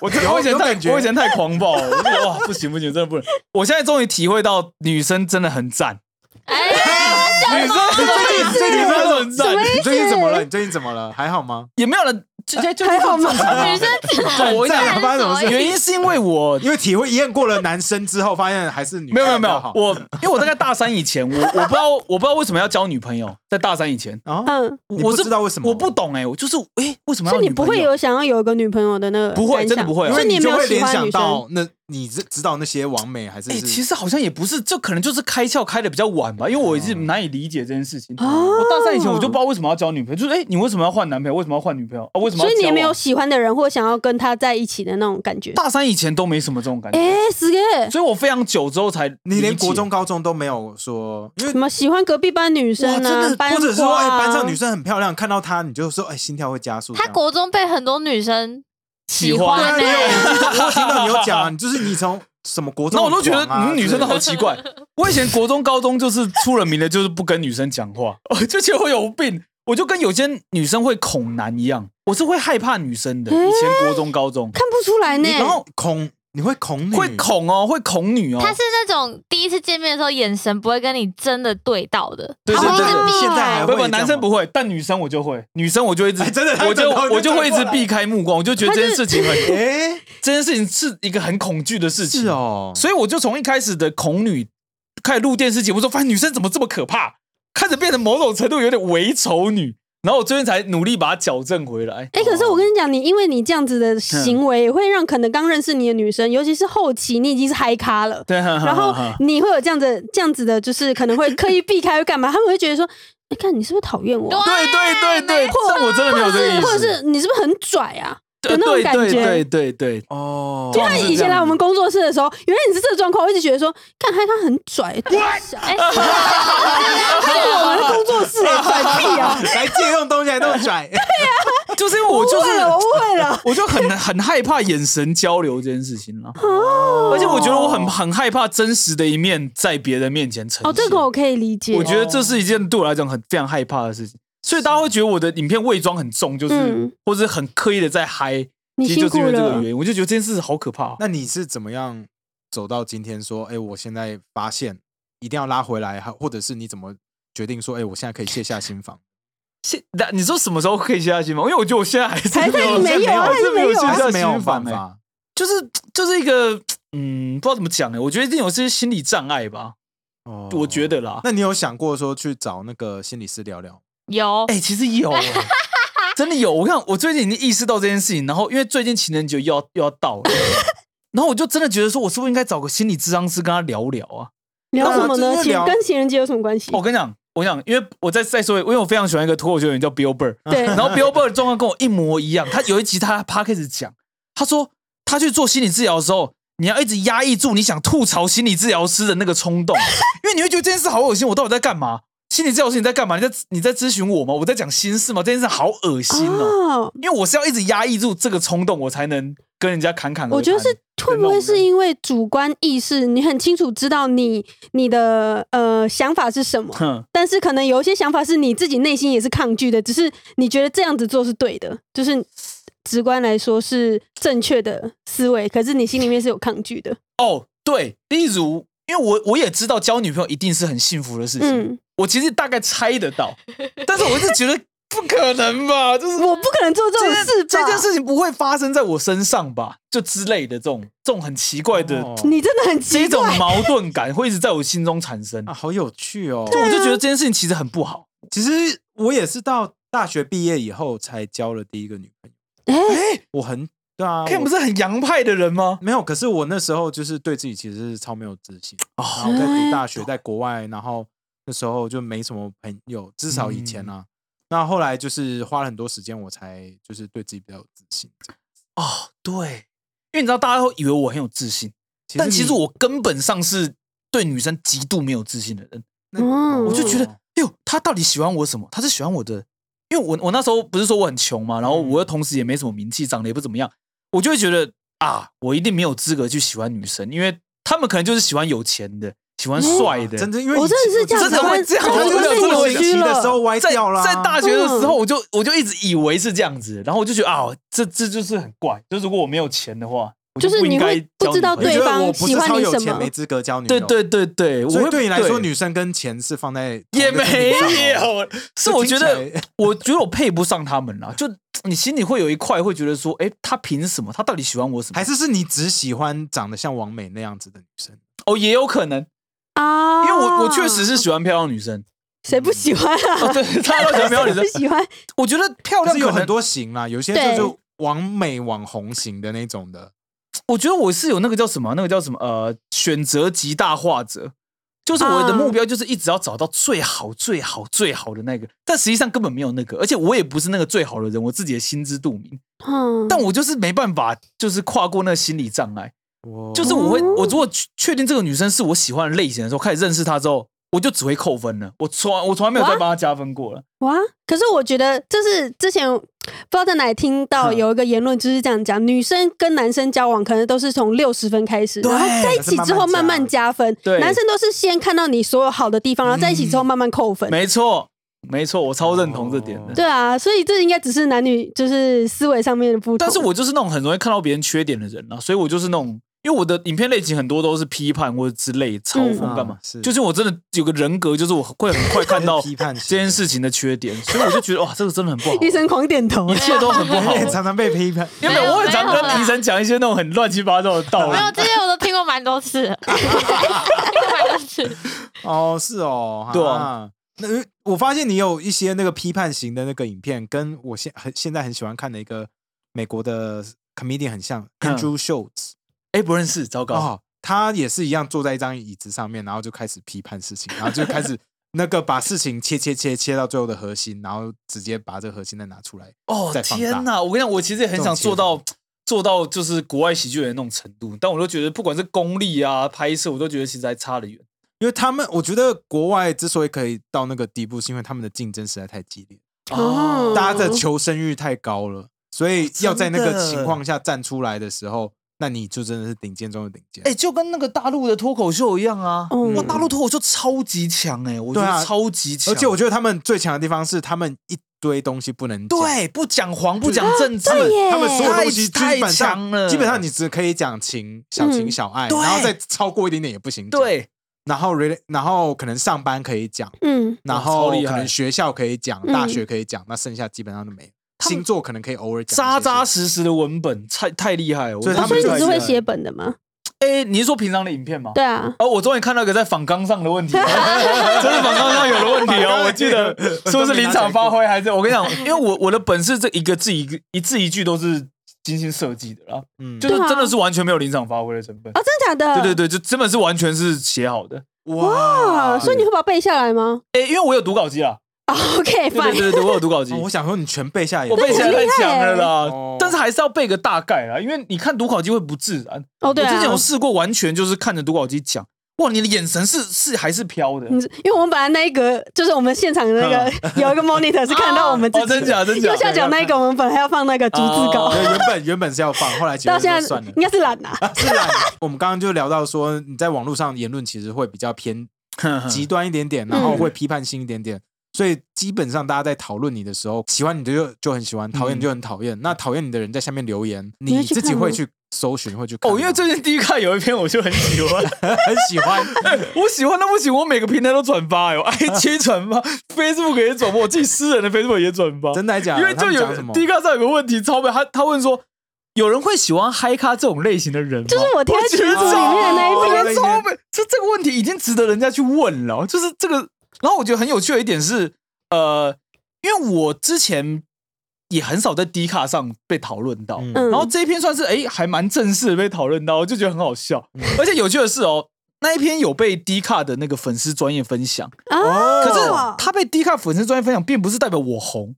S3: 我真的
S1: 哦有
S3: 我以前
S1: 有
S3: 太
S1: 感觉
S3: 我以前太狂暴了，我就 觉得哇不行不行，真的不能。我现在终于体会到女生真的很赞，
S4: 哎呀，
S1: 最近怎
S3: 女生真的真的
S1: 么
S3: 很赞，
S1: 你最近怎么了？你最近怎么了？还好吗？
S3: 也没有人就就就
S2: 还好吗
S3: 正常啊
S4: 女 生怎
S3: 对
S4: 么
S3: 我跟你
S1: 讲发生什么事
S3: 原因是因为 我
S1: 因为体会验过了男生之后，发现还是女
S3: 没有没有
S1: 比
S3: 没
S1: 较
S3: 有
S1: 好
S3: 我，因为我大概大三以前，我我不知道我不知道为什么要交女朋友，在大三以前，
S1: 啊，
S2: 嗯，
S1: 你
S3: 我
S1: 不
S3: 是
S1: 知道为什么
S3: 我不懂哎、我就是哎、为什么
S2: 所
S3: 要
S2: 以你
S3: 女
S2: 不
S3: 朋
S2: 会
S3: 友
S2: 有想要有一个女朋友的那个
S3: 不会
S2: 感
S3: 真的
S2: 想
S3: 不会啊
S1: 因
S2: 所
S1: 为
S2: 以你也没
S1: 就
S2: 有
S1: 会
S2: 喜
S1: 联
S2: 欢
S1: 想
S2: 女生
S1: 到那，你知知道那些网美还是
S3: 哎、
S1: 是？
S3: 其实好像也不是，这可能就是开窍开的比较晚吧，因为我一
S1: 哦
S3: 直难以理解这件事情。
S2: 哦
S3: 我大三以前我就不知道为什么要交女朋友，就是哎、你为什么要换男朋友？为什么要换女朋友啊？为什么要
S2: 所以你也没有
S3: 交往
S2: 喜欢的人或想要跟他在一起的那种感觉。
S3: 大三以前都没什么这种感觉，
S2: 哎，死给
S3: 所以我非常久之后才
S1: 你连
S3: 理解
S1: 国中、高中都没有说，因为
S2: 什么喜欢隔壁班女
S1: 哇，
S2: 生
S1: 真
S2: 啊
S1: 的，，
S2: 班
S1: 或者是说，
S2: 花
S1: 哎，
S2: 啊
S1: 班上女生很漂亮，看到她你就说，哎，心跳会加速这样。
S4: 他国中被很多女生
S3: 啊喜
S1: 对
S4: 欢欸
S1: 啊，
S4: 呢
S1: 因为我记得我有听到你有讲啊，你就是你从什么国中
S3: 那
S1: 很
S3: 我
S1: 广啊，
S3: 都觉得嗯，女生都好
S1: 之
S3: 奇怪。我以前国中、高中就是出了名的，就是不跟女生讲话， 我就觉得我有病。我就跟有些女生会恐男一样，我是会害怕女生
S2: 嗯
S3: 的。以前国中、高中
S2: 看不出来呢
S1: 类的。然后恐你会恐女，
S3: 会恐哦，会恐女哦。
S4: 他是那种第一次见面的时候眼神不会跟你真的对到的，
S3: 对
S4: 他
S3: 对
S4: 会
S3: 对
S4: 一直避
S1: 现在还
S4: 开
S1: 啊会。
S3: 不不，
S1: 这样
S3: 男生
S1: 吗
S3: 不会，但女生我就会，女生我就一直、
S1: 哎真的他
S3: 我就
S1: 转头就
S3: 我就会一
S1: 转过
S3: 直
S1: 来
S3: 避开目光，我就觉得这件事情很，
S1: 哎，
S3: 这件事情是一个很恐惧的事情
S1: 是，哦，
S3: 所以我就从一开始的恐女开始录电视节目之后，发现女生怎么这么可怕，开始变得某种程度有点伪丑女，然后我最近才努力把它矫正回来。
S2: 哎、可是我跟你讲，你因为你这样子的行为，也会让可能刚认识你的女生，尤其是后期你已经是嗨咖了，
S3: 对，
S1: 嗯
S3: 然
S2: 然后你会有这样的这样子的，就是可能会刻意避开，会干嘛？他们会觉得说， 你、看你是不是讨厌我啊？
S3: 对对对对，但我真的没有这个意思，
S2: 或者是你是不是很拽啊？有那种
S3: 对
S2: 感
S3: 对
S2: 觉
S3: 对对对，
S1: 哦，
S3: 就
S2: 他
S3: 是这样
S2: 以前来我们工作室的时候，原来你是这个状况，我一直觉得说，看嗨咖很拽，
S4: 哎，
S2: 他是我们的工作室欸拽屁啊！
S1: 来借用东西还都 拽，
S3: 就是因为我
S1: 啊
S2: 误
S3: 就是
S2: 会啊了，我误会了。
S3: 我就很 很害怕眼神交流这件事情啊了，而且我觉得我很很害怕真实的一面在别人面前呈现。
S2: 哦，这个我可以理解。
S3: 我觉得这是一件对我来讲很非常害怕的事情，所以大家会觉得我的影片伪装很重，就是、
S2: 嗯
S3: 或者是很刻意的在嗨，
S2: 你
S3: 其实
S2: 辛
S3: 就是
S2: 苦
S3: 因为这个
S2: 了
S3: 原。因，我就觉得这件事好可怕哦、
S1: 那你是怎么样走到今天？说，哎、我现在发现一定要拉回来，还或者是你怎么决定说，哎、我现在可以卸下心防？
S3: 现那你说什么时候可以卸下心防？因为我觉得我现在还是
S2: 还在
S3: 有
S2: 你没有啊
S3: 我
S2: 还是
S3: 真的
S2: 没
S3: 没有
S2: 有啊
S3: 卸
S1: 还
S3: 下
S1: 是没有
S3: 心
S1: 办
S3: 防、欸，
S1: 法？
S3: 就是就是一个嗯，不知道怎么讲哎、我觉得一定有这些心理障碍吧，
S1: 哦
S3: 我觉得啦。
S1: 那你有想过说去找那个心理师聊聊？
S4: 有
S3: 哎、其实有、欸，真的有。我看我最近已经意识到这件事情，然后因为最近情人节又要又要到了，然后我就真的觉得说，我是不是应该找个心理咨商师跟他聊聊啊？
S2: 聊什么
S1: 那我真
S2: 呢？
S1: 的
S2: 情
S1: 聊
S2: 跟情人节有什么关系？
S3: 我跟你讲，我跟你讲，因为我再再说一，因为我非常喜欢一个脱口秀演员叫 Bill Burr，
S2: 对，
S3: 然后 Bill Burr 的状况跟我一模一样。他有一集他 p 开始讲，他说他去做心理治疗的时候，你要一直压抑住你想吐槽心理治疗师的那个冲动，因为你会觉得这件事好恶心，我到底在干嘛？心理治疗师你在干嘛？你在你在咨询我吗？我在讲心事吗？这件事好恶心哦。
S2: 哦，
S3: 因为我是要一直压抑住这个冲动，我才能跟人家侃侃而谈。
S2: 我觉得是会不会是因为主观意识，你很清楚知道你你的呃想法是什么，
S3: 哼，
S2: 但是可能有一些想法是你自己内心也是抗拒的，只是你觉得这样子做是对的，就是直观来说是正确的思维，可是你心里面是有抗拒的。
S3: 哦，对，例如，因为我我也知道交女朋友一定是很幸福的事情，
S2: 嗯，
S3: 我其实大概猜得到，但是我一直觉得不可能吧，就是
S2: 我不可能做这种
S3: 这
S2: 事
S3: 件
S2: 吧？
S3: 这件事情不会发生在我身上吧，就之类的这种这种很奇怪的、
S1: 哦
S2: 你真的很
S3: 这
S2: 奇
S3: 种
S2: 怪。
S3: 矛盾感会一直在我心中产生，
S1: 啊，好有趣哦！
S3: 我就觉得这件事情其实很不好。
S1: 其实我也是到大学毕业以后才交了第一个女朋友，
S2: 哎、
S1: 我很对啊，
S3: 看
S1: 我
S3: 不是很洋派的人吗？
S1: 没有，可是我那时候就是对自己其实是超没有自信。然
S3: 啊
S1: 后在读大学，在国外，然后那时候就没什么朋友，至少以
S3: 嗯
S1: 前啊。那后来就是花了很多时间，我才就是对自己比较有自信。
S3: 哦，对，因为你知道大家会以为我很有自信，但其
S1: 你
S3: 实我根本上是对女生极度没有自信的人。
S1: 那
S2: 嗯
S3: 我就觉得
S1: 哦，
S3: 哎呦，他到底喜欢我什么？他是喜欢我的，因为我我那时候不是说我很穷嘛，然后
S1: 嗯
S3: 我又同时也没什么名气，长得也不怎么样，我就会觉得啊，我一定没有资格去喜欢女生，因为他们可能就是喜欢有钱的，喜欢帅的。
S1: 哦真的，因为
S2: 我真的是这样
S3: 真
S2: 子
S3: 的会
S2: 观，
S3: 这样
S2: 我
S3: 我
S2: 真的
S3: 真的
S2: 是
S3: 会
S1: 我
S2: 扭
S3: 我
S1: 学
S2: 曲
S1: 期
S2: 了
S1: 的时候歪
S3: 在
S1: 掉了啊，
S3: 在大学的时候，
S2: 嗯
S3: 我就我就一直以为是这样子，然后我就觉得啊，这这就是很怪，就如果我没有钱的话，我
S2: 就是
S3: 不
S2: 你
S3: 应该
S2: 会不
S3: 交
S2: 知
S3: 女
S2: 道
S3: 朋友
S1: 你觉
S2: 对
S1: 得
S2: 方
S1: 我不
S2: 喜
S1: 是
S2: 欢
S1: 超
S2: 你
S1: 有
S2: 什
S1: 钱
S2: 么
S1: 没资格交女
S3: 对
S1: 友，
S3: 对对对，我
S1: 所以
S3: 会
S1: 对你来说，
S3: 对
S1: 女生跟钱是放在同一
S3: 也
S1: 个
S3: 没
S1: 频道上哦
S3: 有， 是我觉
S1: 听起
S3: 得
S1: 来，
S3: 我觉得我配不上他们啦。就你心里会有一块会觉得说，哎、他凭什么？他到底喜欢我什么？
S1: 还是是你只喜欢长得像王美那样子的女生？
S3: 哦，也有可能，
S2: 啊！
S3: 因为我我确实是喜欢漂亮女生。
S2: 谁不喜欢啊？
S3: 哦，对，他都喜欢漂亮女
S2: 谁 不
S3: 生。
S2: 喜欢？
S3: 我觉得漂
S1: 可
S3: 亮
S1: 是有
S3: 可能
S1: 很，多型啦，有些
S2: 对
S1: 就是王美网红型的那种的。
S3: 我觉得我是有那个叫什么，那个叫什么呃，选择极大化者。就是我
S2: 啊
S3: 的目标，就是一直要找到最好、最好、最好的那个，但实际上根本没有那个，而且我也不是那个最好的人，我自己也心知肚明。
S2: 嗯，
S3: 但我就是没办法，就是跨过那个心理障碍。就是我会，
S4: 哦
S3: 我如果确确定这个女生是我喜欢的类型的时候，开始认识她之后，我就只会扣分了。我从来我从来没有再帮她加分过了。
S2: 哇！可是我觉得，就是之前不知道在哪里听到
S3: 嗯
S2: 有一个言论，就是这样讲：女生跟男生交往可能都是从六十分开始，
S3: 对
S2: 然后在一起之后慢慢加分。
S3: 对嗯
S2: 男生都是先看到你所有好的地方，然后在一起之后慢慢扣分。
S3: 没错，没错，我超认同这点
S1: 哦
S3: 的。
S2: 对啊，所以这应该只是男女就是思维上面的不同。
S3: 但是我就是那种很容易看到别人缺点的人啊，所以我就是那种，因为我的影片类型很多都是批判或者之类嘲讽
S1: 嗯
S3: 干嘛
S1: 啊，是
S3: 就是我真的有个人格，就是我会很 快看到
S1: 批判型的
S3: 这件事情的缺点，所以我就觉得哇，这个真的很不好，
S2: 医生狂点头
S3: 一，切都很不好
S1: 我。也 常常被批判，
S3: 因为
S4: 没有
S3: 我很常
S4: 没有啦
S3: 跟医生讲一些那种很乱七八糟的道理
S4: 没，有这些我都听过蛮多次，听过蛮多次。
S1: 哦，是哦，
S3: 对啊
S1: 啊，那我发现你有一些那个批判型的那个影片，跟我现很现在很喜欢看的一个美国的 comedian 很像
S3: 嗯
S1: ，Andrew Schultz
S3: 哎，不认识，糟糕。
S1: 哦，他也是一样坐在一张椅子上面，然后就开始批判事情，然后就开 始那个把事情切切切切到最后的核心，然后直接把这个核心再拿出来。
S3: 哦
S1: 再放大
S3: 天哪！我跟你讲，我其实也很想做到做到就是国外喜剧人那种程度，但我都觉得不管是功力啊、拍摄，我都觉得其实还差得远。
S1: 因为他们，我觉得国外之所以可以到那个地步，是因为他们的竞争实在太激烈，
S2: 哦
S1: 大家的求生欲太高了，所以要在那
S3: 嗯哦真
S1: 个
S3: 的
S1: 情况下站出来的时候，那你就真的是顶尖中的顶尖。
S3: 哎、就跟那个大陆的脱口秀一样啊！
S2: 嗯
S3: 哇，大陆脱口秀超级强哎、我觉
S1: 对啊
S3: 得超级强，
S1: 而且我觉得他们最强的地方是，他们一堆东西不能讲，
S3: 对不讲黄，不讲政治，
S1: 他们
S2: 耶
S1: 他们所有东西基
S3: 哦太
S1: 本
S3: 太强了
S1: 上
S3: 嗯
S1: 基本上你只可以讲情小情小爱，
S3: 对
S1: 然后再超过一点点也不行。，
S3: 对
S1: 然后 re- 然后可能上班可以讲，
S2: 嗯，
S1: 然
S3: 超
S1: 后
S3: 厉
S1: 可
S3: 害
S1: 能学校可以讲，
S2: 嗯
S1: 大学可以讲，那剩下基本上都没有。星座可能可以偶尔讲一些
S3: 扎扎
S1: 些，
S3: 实实的文本，太太厉害了。
S1: 所以
S3: 我
S1: 他
S2: 哦所
S1: 们
S2: 以
S1: 就
S2: 你是
S1: 是
S2: 会写本的吗？
S3: 哎、你是说平常的影片吗？
S2: 对啊，
S3: 哦，我终于看到一个在仿纲上的 问题了，真的仿纲上有的问题哦。我记 得是不是临场发挥还是我跟你讲，因为我我的本是这一个字一个一字一句都是精心设计的啦，
S1: 嗯，
S3: 就是真的是完全没有临场发挥的成分。
S2: 哦，真的假的？
S3: 对对对，就真的是完全是写好的。
S1: 哇
S2: 啊，所以你会把它背下来吗
S3: 哎，因为我有读稿机啊，
S2: 啊？OK，
S3: 对对
S2: fine。
S3: 对对，我有读稿机
S1: 哦，我想说你全背下来也
S3: 我背起来太强了
S1: 很厉害
S3: 啦
S1: 欸。
S3: 但是还是要背个大概啦，因为你看读稿机会不自然。
S2: 哦，对
S3: 我之
S2: 啊
S3: 前，有试过，完全就是看着读稿机讲，哇，你的眼神是是还是飘的。
S2: 你知因为我们本来那一格就是我们现场的那个 有一个 monitor 是看到我们自
S3: 嗯哦，
S2: 己
S3: 真假真假，
S2: 右下角那一个，我们本来要放那个逐字稿
S1: 对，，原本原本是要放，后来觉
S3: 哦
S2: 到
S1: 得
S2: 现
S1: 说
S2: 在
S1: 算了
S2: 应。该是懒啊。
S1: 自然，我们刚刚就聊到说，你在网络上言论其实会比较偏
S3: 嗯
S1: 极端一点点，然后会批判性一点点，所以基本上大家在讨论你的时候，喜欢你的就就很喜欢，讨厌你就很讨
S3: 嗯
S1: 厌。那讨厌你的人在下面留言，
S2: 你会
S1: 你
S2: 去
S1: 自己
S2: 看
S1: 会
S2: 吗
S1: 去搜寻，会去看吗。
S3: 哦，因为最近 D 看有一篇我就很喜欢， 哎
S1: 很喜 欢，
S3: 我喜欢到不行，我每个平台都转 发哟，IG 转发，Facebook 也转发，我自己私人的 Facebook 也转发，
S1: 真的还假的？
S3: 因为
S1: 他
S3: 就
S1: 们
S3: 有
S1: 讲什么
S3: D 看上有个问题超美，他他问说，有人会喜欢嗨咖这种类型的人吗？
S2: 就是我贴在群组里面的那一
S1: 我觉
S2: 篇，
S1: 得
S3: 我觉得超美，就这个问题已经值得人家去问了，就是这个。然后我觉得很有趣的一点是，呃，因为我之前也很少在 D 卡上被讨论到，
S1: 嗯
S2: 嗯，
S3: 然后这一篇算是哎、还蛮正式的被讨论到，我就觉得很好笑。
S1: 嗯
S3: 而且有趣的是哦，那一篇有被 D 卡的那个粉丝专业分享，
S2: 啊，
S1: 嗯
S3: 可是他被 D 卡粉丝专业分享，并不是代表我红，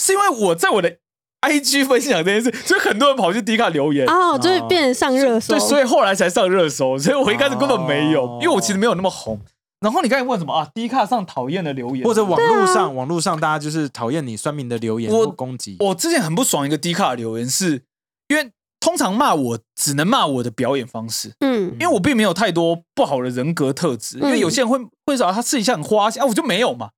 S3: 是因为我在我的 IG 分享这件事，所以很多人跑去 D 卡留言。
S1: 啊
S2: 哦，就是变成上热搜，
S3: 对，所以后来才上热搜，所以我一开始根本没有，
S1: 哦
S3: 因为我其实没有那么红。然后你刚才问什么啊？D 卡上讨厌的留言
S1: 或者网络上，网络上大家就是讨厌你酸民的留言
S3: 我
S1: 或攻击，
S3: 我之前很不爽一个 D 卡的留言是，因为通常骂我只能骂我的表演方式，
S2: 嗯，
S3: 因为我并没有太多不好的人格特质，因为有些人会会说啊他私底下很花心啊，我就没有嘛，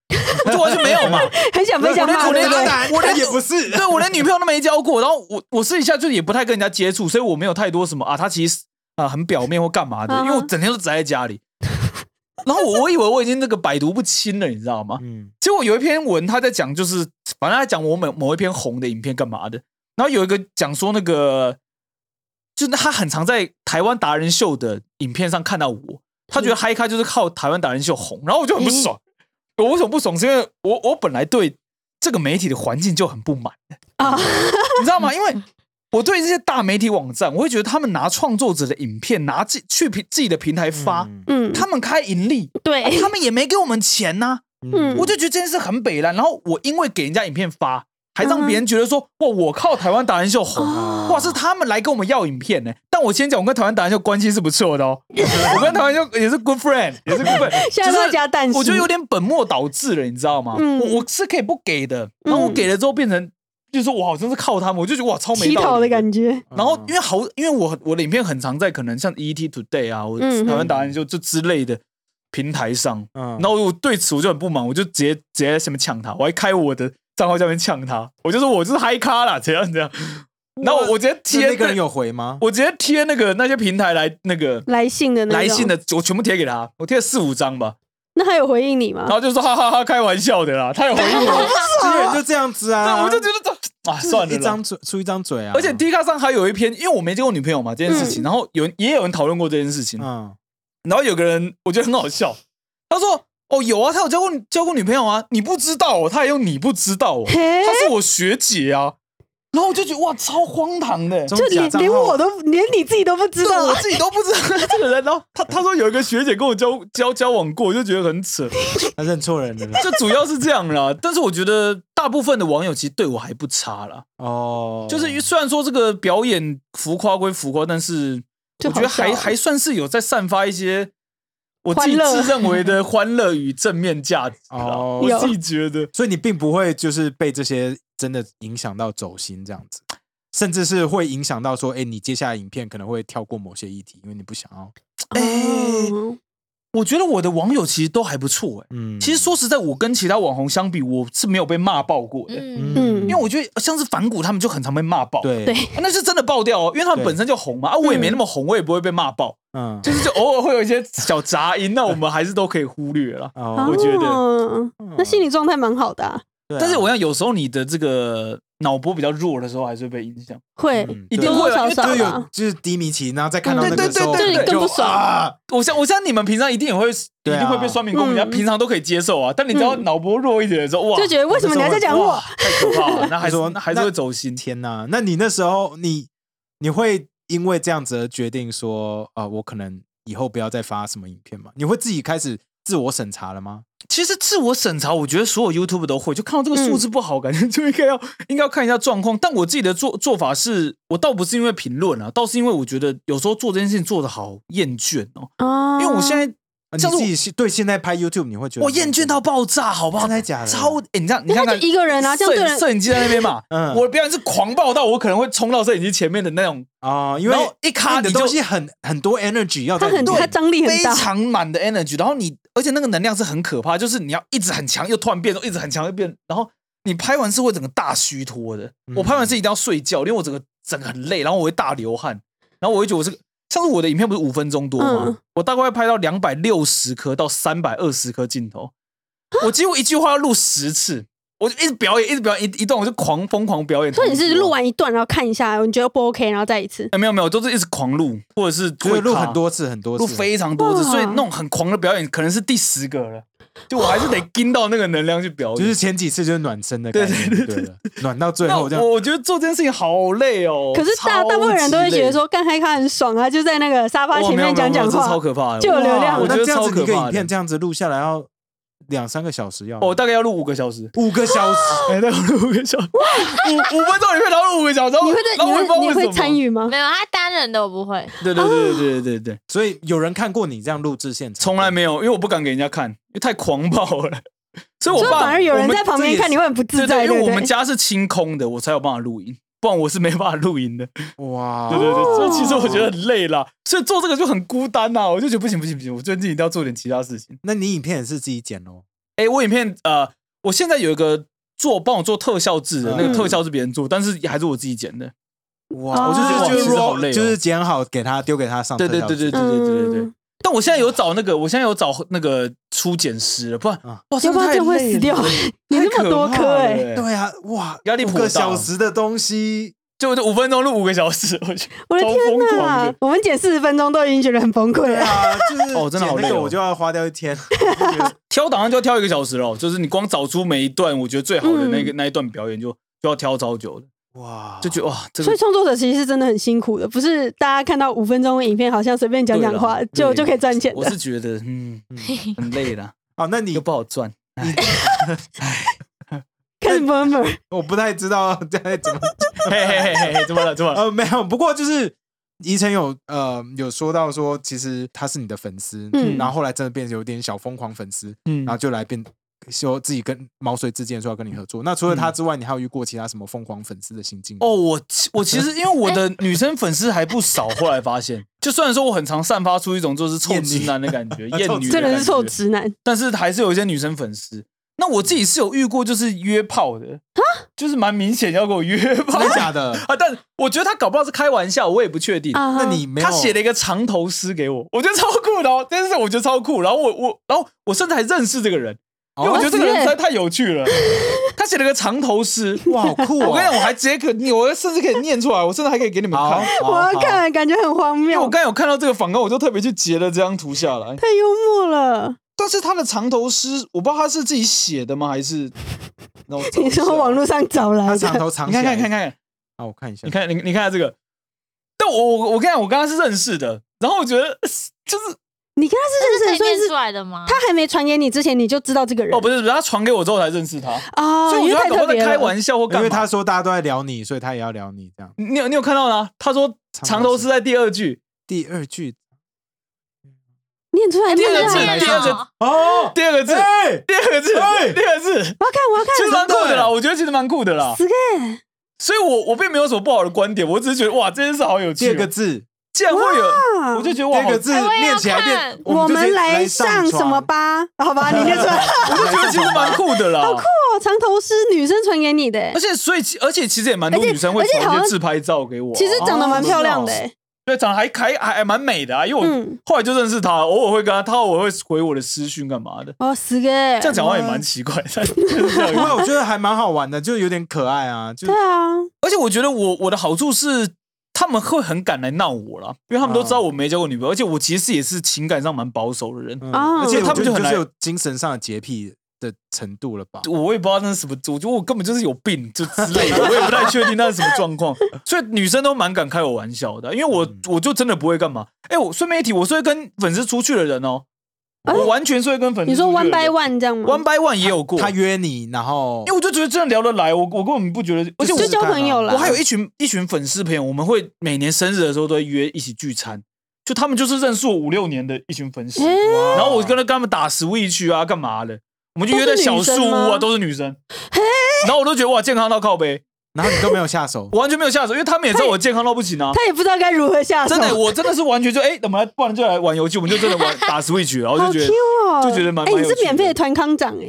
S3: 我就完全没有嘛。
S2: 很想被想骂，
S3: 我
S2: 对
S3: 连
S2: 不对？
S1: 我的也不是，
S3: 对我连女朋友都没交过，然后我我私底下就是也不太跟人家接触，所以我没有太多什么啊，他其实啊、很表面或干嘛的，
S2: 嗯哼
S3: 因为我整天都宅在家里。然后我我以为我已经那个百毒不侵了，你知道吗？
S1: 嗯，
S3: 结果有一篇文他在讲，就是反正他讲我某某一篇红的影片干嘛的，然后有一个讲说那个，就是他很常在台湾达人秀的影片上看到我，他觉得嗨咖就是靠台湾达人秀红，然后我就很不爽。我为什么不爽？是因为我我本来对这个媒体的环境就很不满
S2: 啊
S3: 啊，你知道吗？因为我对这些大媒体网站，我会觉得他们拿创作者的影片拿自去平自己的平台发，
S1: 嗯
S2: 嗯，
S3: 他们开盈利，啊
S2: 对，
S3: 他们也没给我们钱呐、
S2: 嗯
S3: 我就觉得这件事很北烂。然后我因为给人家影片发，还让别人觉得说，哇，我靠台湾达人秀红，
S1: 哦
S3: 哇，是他们来跟我们要影片呢、但我先讲，我跟台湾达人秀关系是不错的哦，我跟台湾秀也是 good friend，也是 good friend，
S2: 现在都要加蛋
S3: 我觉得有
S2: 点
S3: 点本末倒置了，你知道吗？
S2: 嗯
S3: 我我是可以不给的，然后我给了之后变成，就是说我好像是靠他们，我就觉得哇，超没
S2: 乞
S3: 道
S2: 讨的
S3: 理
S2: 感觉，
S3: 然后因为好，因为我我的影片很常在可能像 ET Today 啊，我
S2: 嗯哼
S3: 台湾达人秀就之类的平台上，
S1: 嗯
S3: 然后我对此我就很不满，我就直接直接什么呛他，我还开我的账号下面呛他，我就说我就是嗨咖啦，怎样怎样。然后我我直接
S1: 那
S3: 贴
S1: 那个人有回吗？
S3: 我直接贴那个那些平台来那个
S2: 来信的那种
S3: 来信，的，我全部贴给他，我贴了四五张吧，
S2: 那他有回应你吗
S3: 然？后就说哈哈哈开玩笑的啦，他有 回应我，
S1: 这个人就这样子啊，
S3: 但我就觉得这啊算了
S1: 一
S3: 啦。
S1: 张嘴出一张嘴啊，
S3: 而且 D 卡上还有一篇，因为我没见过女朋友嘛这件事情，然后有人也有人讨论过这件事情，
S1: 嗯
S3: 然后有个人我觉得很好笑，他说哦，有啊，他有交过交过女朋友啊，你不知道、哦，他也有你不知道、哦，
S2: 嘿
S3: 他是我学姐啊。然后我就觉得哇，超荒唐的，
S1: 就
S2: 就连连
S3: 啊
S2: 我都连你自己都不知
S3: 这
S2: 道
S3: 我，自己都不知道这个人。然后他他说有一个学姐跟我交交交往过，我就觉得很扯。
S1: 他认错人了啦
S3: 这主要是这样啦，但是我觉得大部分的网友其实对我还不差啦。
S1: 哦，
S3: 就是虽然说这个表演浮夸归浮夸，但是
S2: 就
S3: 我觉得
S2: 好笑
S3: 还还算是有在散发一些我自己
S2: 欢乐
S3: 自认为的 欢乐与正面价值啦。
S1: 哦
S3: 我
S2: 有
S3: 自己觉得，
S1: 所以你并不会就是被这些真的影响到走心这样子，甚至是会影响到说，哎、你接下来影片可能会跳过某些议题，因为你不想要。
S2: 哦
S3: 我觉得我的网友其实都还不错哎、
S1: 嗯，
S3: 其实说实在，我跟其他网红相比，我是没有被骂爆过的，
S1: 嗯
S4: 嗯，
S2: 嗯
S3: 因为我觉得像是反骨他们就很常被骂爆。
S1: 对
S2: 对
S3: 啊那是真的爆掉哦，因为他们本身就红嘛，啊，我也没那么红，我也不会被骂爆，
S1: 嗯
S3: 就是就偶尔会有一些小杂音，那我们还是都可以忽略了。
S1: 哦
S2: 哦
S3: 我觉得嗯
S2: 那心理状态蛮好的啊，
S1: 对啊
S3: 但是我想有时候你的这个脑波比较弱的时候，还是会被影响。
S2: 会
S1: 嗯
S3: 一
S2: 多
S3: 定会
S2: 多
S3: 啊因
S2: 少
S3: 为
S2: 少
S1: 就有
S2: 吧。
S1: 就是低迷期，然后再看到那
S3: 对
S1: 个
S3: 对
S1: 时候，
S3: 对对对
S2: 就你更不爽
S1: 啊
S3: 我像我像你们平常一定也会，一
S1: 对啊
S3: 定会被酸民攻
S2: 嗯
S3: 击，人家平常都可以接受啊。但你只要脑波弱一点的时候，哇，
S2: 就觉得为什么你还在讲
S3: 哇
S2: 我？
S3: 太可怕了，哦那还是
S1: 我说
S3: 那还是
S1: 那
S3: 会走心。
S1: 天哪！那你那时候你你会因为这样子而决定说，啊、我可能以后不要再发什么影片吗？你会自己开始自我审查了吗？
S3: 其实自我审查，我觉得所有 YouTube 都会，就看到这个数
S2: 嗯
S3: 字不好，感觉就应该要 应该要看一下状况。但我自己的做做法是，我倒不是因为评论啊，倒是因为我觉得有时候做这件事情做的好厌倦哦，
S2: 哦
S3: 因为我现在
S1: 啊、你
S3: 像是
S1: 自
S3: 我
S1: 己是对现在拍 YouTube 你会觉得
S3: 我厌倦到爆炸，好不好？
S1: 真的假的
S3: 超，哎，你这样你
S2: 那
S3: 看
S2: 他
S3: 看
S2: 就。一个人啊，这样
S3: 摄
S2: 对
S3: 影
S2: 人
S3: 摄影机在那边嘛，
S1: 嗯
S3: 我的表演是狂暴到我可能会冲到摄影机前面的那种，
S1: 啊、因为
S3: 然后一卡
S1: 你的
S3: 你就
S1: 东西很很多 energy 要
S2: 他
S1: 在里
S2: 很
S1: 面，
S2: 他张力很
S3: 非
S2: 大，
S3: 常满的 energy，然后你而且那个能量是很可怕，就是你要一直很强，又突然变，一直很强又变，然后你拍完是会整个大虚脱的。
S1: 嗯
S3: 我拍完是一定要睡觉，因为我整个整个很累，然后我会大流汗，然后我会觉得我是个像是我的影片不是五分钟多吗？
S2: 嗯
S3: 我大概会拍到两百六十颗到三百二十颗镜头，我几乎一句话要录十次。我就一直表演，一直表演，一一段我就狂疯狂表演。
S2: 所以你是
S3: 同时哦
S2: 录完一段，然后看一下，你觉得不 OK，然后再一次。
S3: 哎、没有没有，都是一直狂录，或者是
S1: 所以
S3: 会
S1: 录
S3: 卡
S1: 很多次很多次，
S3: 录非常多次，
S2: 哇
S3: 所以那种很狂的表演可能是第十个了，就我还是得盯到那个能量去表演。
S1: 就是前几次就是暖身的概念，
S3: 对对对
S1: 对了，暖到最
S3: 那
S1: 后这样
S3: 我，我觉得做这件事情好累哦。
S2: 可是大
S3: 超
S2: 大部分人都会觉得
S3: 级累，
S2: 说干嗨咖很爽啊，就在那个沙发
S3: 哇
S2: 前
S3: 没
S2: 面
S3: 有没有
S2: 讲
S3: 没有
S2: 讲
S3: 这
S2: 话
S3: 超。可怕的，
S2: 就有流量
S3: 哇我觉
S1: 那
S3: 得
S1: 这样
S3: 超
S1: 子你
S3: 可
S1: 一个
S3: 怕
S1: 影片
S3: 的。
S1: 这样子录下来要两三个小时要，
S3: 哦我大概要录五个小时，
S1: 五个小时，
S3: 哎，大概要录五个小时，五五分钟里面，然后录五个小时，
S2: 你会对
S3: 然
S2: 你
S3: 后我也不知道
S2: 会你
S3: 为什
S2: 会
S3: 么
S2: 参？与吗
S4: 没？有，他单人的我不会，
S3: 对对对对对对对，
S1: 所以有人看过你这样录制现场，
S3: 从来没有，因为我不敢给人家看，因为太狂暴了，所以我
S2: 所以
S3: 爸
S2: 反而有
S3: 我
S2: 人
S3: 们
S2: 在旁
S3: 这也
S2: 边
S3: 是
S2: 看，你会很不自
S3: 对
S2: 在，
S3: 对，因
S2: 对
S3: 为
S2: 不
S3: 我们
S2: 对？
S3: 家是清空的，我才有办法录音，不然我是没办法录音的。
S1: 哇，哦
S3: 对对对，所以其实我觉得很累啦，所以做这个就很孤单呐、我就觉得不行不行不行，我最近一定要做点其他事情。
S1: 那你影片也是自己剪哦，
S3: 哎、我影片呃，我现在有一个做帮我做特效制的、
S1: 嗯
S3: 那个特效是别人做，但是还是我自己剪的。
S1: 哇，
S2: 哦
S1: 我就觉得就
S3: 其
S1: 是
S3: 实好累
S1: raw，
S3: 哦
S1: 就是剪好给他丢给他上，
S3: 对对对对，对对对对对
S2: 嗯。
S3: 但我现在有找那个，我现在有找那个初剪师了，不然
S1: 啊
S3: 哇，
S2: 要不然真
S3: 真
S2: 的
S3: 的太
S2: 会
S3: 累
S2: 死
S3: 了
S2: 掉。 你那么多
S3: 太可
S2: 颗
S3: 怕了
S2: 哎，欸
S1: 对啊，哇，
S3: 压力
S1: 五
S3: 颇大哦
S1: 个小时的东 西，
S3: 就就五分钟录五个小时，我觉得
S2: 我的
S3: 超
S2: 天
S3: 疯狂
S2: 哪
S3: 的！
S2: 我们剪四十分钟都已经觉得很崩溃
S1: 对
S2: 了。
S1: 啊，就是
S3: 哦真的好
S1: 剪那
S3: 累
S1: 个
S3: 哦
S1: 我就要花掉一 天，
S3: 挑档案就要挑一个小时了，就是你光找出每一段我觉得最好的
S2: 嗯
S3: 那个、那一段表演就就要挑超久的，
S1: 哇，
S3: 就觉得哇，这
S2: 所
S3: 个
S2: 以创作者其实是真的很辛苦的，不是大家看到五分钟影片好像随便讲讲话
S3: 对啦
S2: 就
S3: 对
S2: 就可以赚钱
S3: 我
S2: 的
S3: 是。觉得嗯
S1: 嗯
S3: 很累啦。
S1: 哦，那你
S3: 又不好赚。
S2: 开始
S3: 啊
S2: murmur，
S1: 我不太知道在怎么
S3: 嘿嘿嘿嘿，怎么了？怎么？
S1: 呃，没有，不过就是宜晨有呃有说到说，其实他是你的粉丝，
S2: 嗯
S1: 然后后来真的变成有点小疯狂粉丝，
S3: 嗯
S1: 然后就来变说自己跟毛遂自荐说要跟你合作。那除了他之外，你还有遇过其他什么疯狂粉丝的行径？
S3: 嗯哦，，我其我 其实因为我的女生粉丝还不少，后来发现，就虽然说我很常散发出一种就是臭直男的感觉，
S1: 厌女
S3: 厌女，
S2: 真的
S3: 的
S2: 是臭，直男。
S3: 但是还是有一些女生粉丝。那我自己是有遇过，就是约炮的，就是蛮明显要跟我约炮
S1: 真的假的？
S3: 啊，但我觉得他搞不好是开玩笑，我也不确定。
S2: 啊
S1: 那你没有
S3: 他写了一个长头诗给我，我觉得超酷的哦， 这件事我觉得超酷。然后我我然后我甚至还认识这个人，因为我觉得这个人实在太有趣了。 他写了个长头诗，
S1: 哇，好酷哦！
S3: 我跟你讲，我还直接可，你我甚至可以念出来，我甚至还可以给你们
S1: 好，
S3: 看。
S1: 好
S2: 我要，
S1: 好
S2: 看，感觉很荒
S3: 啊因为我
S2: 谬，
S3: 刚才有看到这个访告，我就特别去截了这张图下来。
S2: 太幽默了。
S3: 但是他的藏头诗，我不知道他是自己写的吗，还是让我找一
S2: 你
S3: 下
S2: 说网络上找来
S1: 他长
S2: 的，
S1: 头长
S3: 你
S1: 起来，
S3: 看看看看，
S1: 啊，我看一下，
S3: 你看你你看下这个，但我我我跟你讲，我刚刚是认识的，然后我觉
S2: 呃
S3: 得就是
S2: 你跟他是认识
S4: 这
S2: 的，
S4: 是
S2: 所以
S4: 念啊
S2: 是
S4: 出来的吗？
S2: 他还没传给你之前，你就知道这个人
S3: 哦不是不是，他传给我之后才认识他，
S2: 啊，
S3: 所以
S2: 因为
S3: 我觉得
S2: 太
S3: 他
S2: 特
S3: 搞不好
S2: 别了。
S3: 在开玩笑或干
S1: 因
S3: 嘛，
S1: 为他说大家都在聊你，所以他也要聊你这样。
S3: 你有你有看到呢？他说藏头诗在第二句，
S1: 第二句
S2: 念出来，
S3: 第
S2: 念
S3: 二
S2: 出
S3: 个字
S2: 来，
S3: 第二个
S1: 哦，
S3: 第二个字，
S1: 对，
S3: 第二个字，
S1: 哎
S3: 第二个字，
S2: 我要看，我要
S3: 其实
S2: 看，
S3: 蛮酷的
S1: 真
S3: 啦，
S1: 的
S3: 我觉得其实蛮酷的啦。
S2: 死 gay，
S3: 所以我我并没有什么不好的观点，我只是觉得哇，这件事好有
S1: 第
S3: 趣、
S1: 二
S3: 哦。
S1: 个字，
S3: 竟然会有，
S2: 啊
S3: 我就觉
S1: 第
S3: 得哇，
S1: 二
S3: 好
S1: 个字
S4: 哎我也要
S1: 念起来变
S4: 看，
S2: 我
S1: 们就直
S2: 们
S1: 接
S2: 来
S1: 上
S2: 上什么
S1: 床？
S2: 吧？好吧，你念出 来。
S3: 我就觉得其实蛮酷的啦。
S2: 哦，长头诗女生传给你的欸
S3: 而，且所以其而且其实也蛮多
S2: 而且
S3: 女生会
S2: 而且
S3: 传
S2: 好
S3: 一
S2: 像
S3: 些自拍照给我啊、
S2: 其实长得蛮漂亮的欸。
S3: 对长得还还还还蛮美的啊，因为我
S2: 嗯，
S3: 后来就认识她，偶尔会跟她，她偶尔会回我的私讯干嘛的。
S2: 哦，死 gay，
S3: 这样讲话也蛮奇怪的， 就是这 样
S1: 因为我觉得还蛮好玩的，就有点可爱啊，就
S2: 对啊，
S3: 而且我觉得我我的好处是，他们会很敢来闹我啦，因为他们都知道我没交过女朋友，而且我其实也是情感上蛮保守的人。
S1: 嗯
S2: 啊
S1: 而且他
S3: 他
S1: 们
S3: 们就
S1: 就
S3: 很
S1: 是
S3: 来
S1: 有精神上的洁癖的程度了吧？
S3: 我也不知道那是什么，我觉得我根本就是有病，就之 类的，我也不太确定那是什么状况。所以女生都蛮敢开我玩笑的，因为我我就真的不会干嘛。哎、我顺便一提，我是会跟粉丝出去的人哦，我完全是会跟粉
S2: 哎
S3: 丝
S2: 你
S3: 出去的
S2: 说
S3: 人。
S2: one by one 这样吗
S3: one by one 也有过，
S1: 他
S3: 因
S1: 约你，然后
S3: 为我就觉得真的聊得来，我我根本不觉得，而且我
S2: 就交朋友啦
S3: 我还有一群一群粉丝朋友，我们会每年生日的时候都会约一起聚餐，就他们就是认识我五六年的一群粉丝，
S2: 诶
S3: 然后我跟他们打 Switch 啊，干嘛的，我们就约在小树屋啊，都
S2: 都
S3: 是女生，然后我都觉得哇，健康到靠背，
S1: 然后你都没有下手，
S3: 我完全没有下手，因为他们也知道我健康到不行啊。
S2: 他也不知道该如何下手，
S3: 真的，我真的是完全就哎、我们来，不然就来玩游戏，我们就真的 玩打 Switch，然后
S2: 好
S3: 就觉
S2: Q
S3: 得，
S2: 哦，
S3: 就觉得蛮
S2: 哎，
S3: 蛮
S2: 你
S3: 有趣
S2: 是
S3: 的
S2: 免费的团康长哎，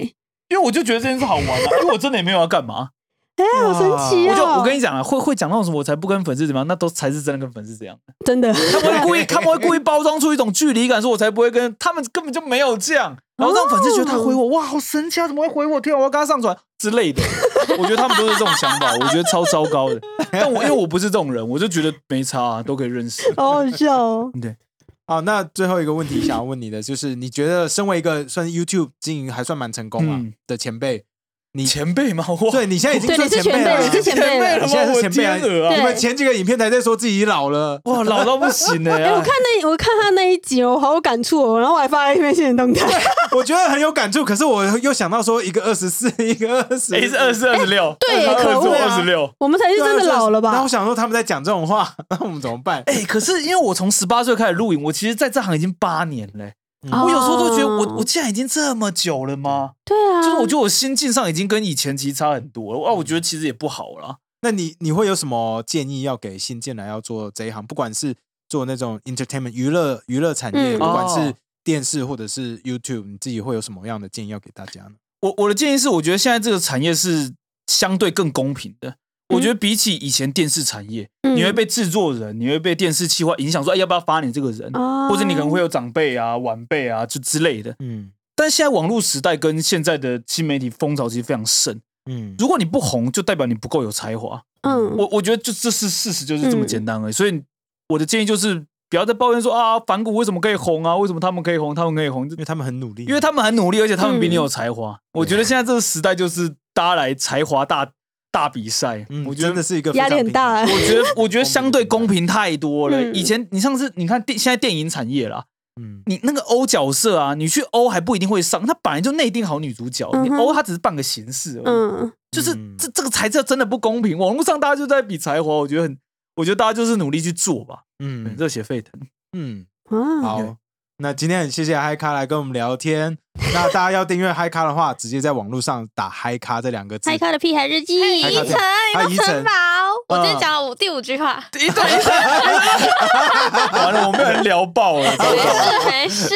S3: 因为我就觉得这件事好玩啊，因为我真的也没有要干嘛，
S2: 哎，好神奇
S3: 我
S2: 哦！
S3: 就我跟你讲啊，会会讲那种什么，我才不跟粉丝怎么样，那都才是真的跟粉丝这样。
S2: 真的，
S3: 他们会故意，他们会故意包装出一种距离感，说我才不会跟他们根本就没有这样。然后让粉丝觉得他回我，哇，好神奇啊，怎么会回我？天啊，我要跟他上床之类的。我觉得他们都是这种想法，我觉得超糟糕的。但我因为我不是这种人，我就觉得没差、啊，都可以认识。
S2: 好好笑 哦。
S1: 哦，那最后一个问题想要问你的就是，你觉得身为一个算是 YouTube 经营还算蛮成功啊
S3: 嗯
S1: 的前辈，
S3: 你前辈吗？哇，
S1: 对你现在已经
S2: 对，
S1: 算
S2: 你是前
S1: 辈
S2: 辈了，
S1: 了，
S2: 你是前
S3: 前
S2: 辈
S3: 辈
S2: 了
S3: 了。
S1: 你现在是前辈
S3: 我的天鹅
S1: 了。
S3: 啊
S1: 你们前几个影片才在说自己老 了，
S3: 哇，老到不行呢、
S2: 哎，我看那我看他那一集哦，我好有感触哦，然后我还发在微信动态。
S3: 啊
S1: 我觉得很有感触。可是我又想到说，一个二十四，一个二十，
S3: 哎、是二四二十六，
S2: 对耶
S3: 二
S2: 可
S3: 四
S2: 恶
S3: 二
S2: 啊
S3: 十六。
S2: 我们才是真的老了
S1: 那
S2: 吧
S1: 我？想说，他们在讲这种话，那我们怎么办？
S3: 哎、可是因为我从十八岁开始录影，我其实在这行已经八年嘞、
S2: 哦
S3: 我有时候都觉得我，我竟然已经这么久了吗？
S2: 对啊，
S3: 就是我觉得我心境上已经跟以前其实差很多了，哇，啊我觉得其实也不好了。
S1: 那你你会有什么建议要给新进来要做这一行，不管是做那种 entertainment 娱乐娱乐产业，
S2: 嗯
S1: 不管
S3: 哦
S1: 是电视或者是 YouTube，你自己会有什么样的建议要给大家呢？
S3: 我我的建议是，我觉得现在这个产业是相对更公平的。我觉得比起以前电视产业，
S2: 嗯
S3: 你会被制作人，你会被电视企划影响，说哎要不要发你这个人，
S2: 哦
S3: 或者你可能会有长辈啊、晚辈啊就之类的。
S1: 嗯
S3: 但现在网络时代跟现在的新媒体风潮其实非常盛，
S1: 嗯，
S3: 如果你不红，就代表你不够有才华。
S2: 嗯，
S3: 我我觉得就这是事实，就是这么简单而已。所以我的建议就是，不要再抱怨说啊，反骨为什么可以红啊？为什么他们可以红，他们可以红？就
S1: 因为他们很努力，
S3: 因为他们很努力，而且他们比你
S2: 嗯
S3: 有才华。我觉得现在这个时代就是大家来才华大大比赛，
S1: 嗯，
S3: 我觉
S1: 真的
S3: 得。
S1: 是一个
S2: 压力很大
S1: 非常平
S3: 我觉得，我觉得相对公平太多了。
S2: 嗯
S3: 以前你上次你看电，现在电影产业啦，
S1: 嗯
S3: 你那个欧角色啊，你去欧还不一定会上，他本来就内定好女主角，你
S2: 嗯哼
S3: 欧他只是办个形式而已。
S2: 嗯，
S3: 就是
S1: 嗯
S3: 这这个才叫真的不公平。网络上大家就在比才华，我觉得很，我觉得大家就是努力去做吧，嗯
S1: 嗯
S3: 热血沸腾。
S1: 嗯，
S2: 啊，
S1: 好。那今天很谢谢嗨咖来跟我们聊天。那大家要订阅嗨咖的话，直接在网络上打嗨咖这两个字
S2: 嗨。咖的屁孩日记，
S4: 还有
S1: 依
S4: 宜
S1: 晨
S4: 晨，
S1: 还有
S4: 有
S1: 宜
S4: 没有
S1: 晨
S4: 城堡？我
S1: 嗯
S4: 今天讲了我第五句话，
S3: 一对一对，完了，我们被人聊爆 了。
S4: 没事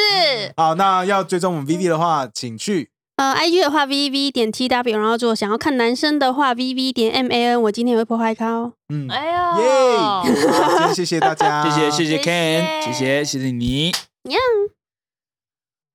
S4: 没事。
S1: 好，那要追踪我们 VV 的话，请去
S2: 呃，IG 的话 V V 点 T W，然后如果想要看男生的话 V V 点 M A N，我今天也会破坏咖哦。
S1: 嗯，耶！
S4: 哎呦，
S1: 好今天谢谢大家，
S3: 谢谢谢谢
S4: 谢谢
S3: Ken，谢谢谢谢你。
S4: 呀。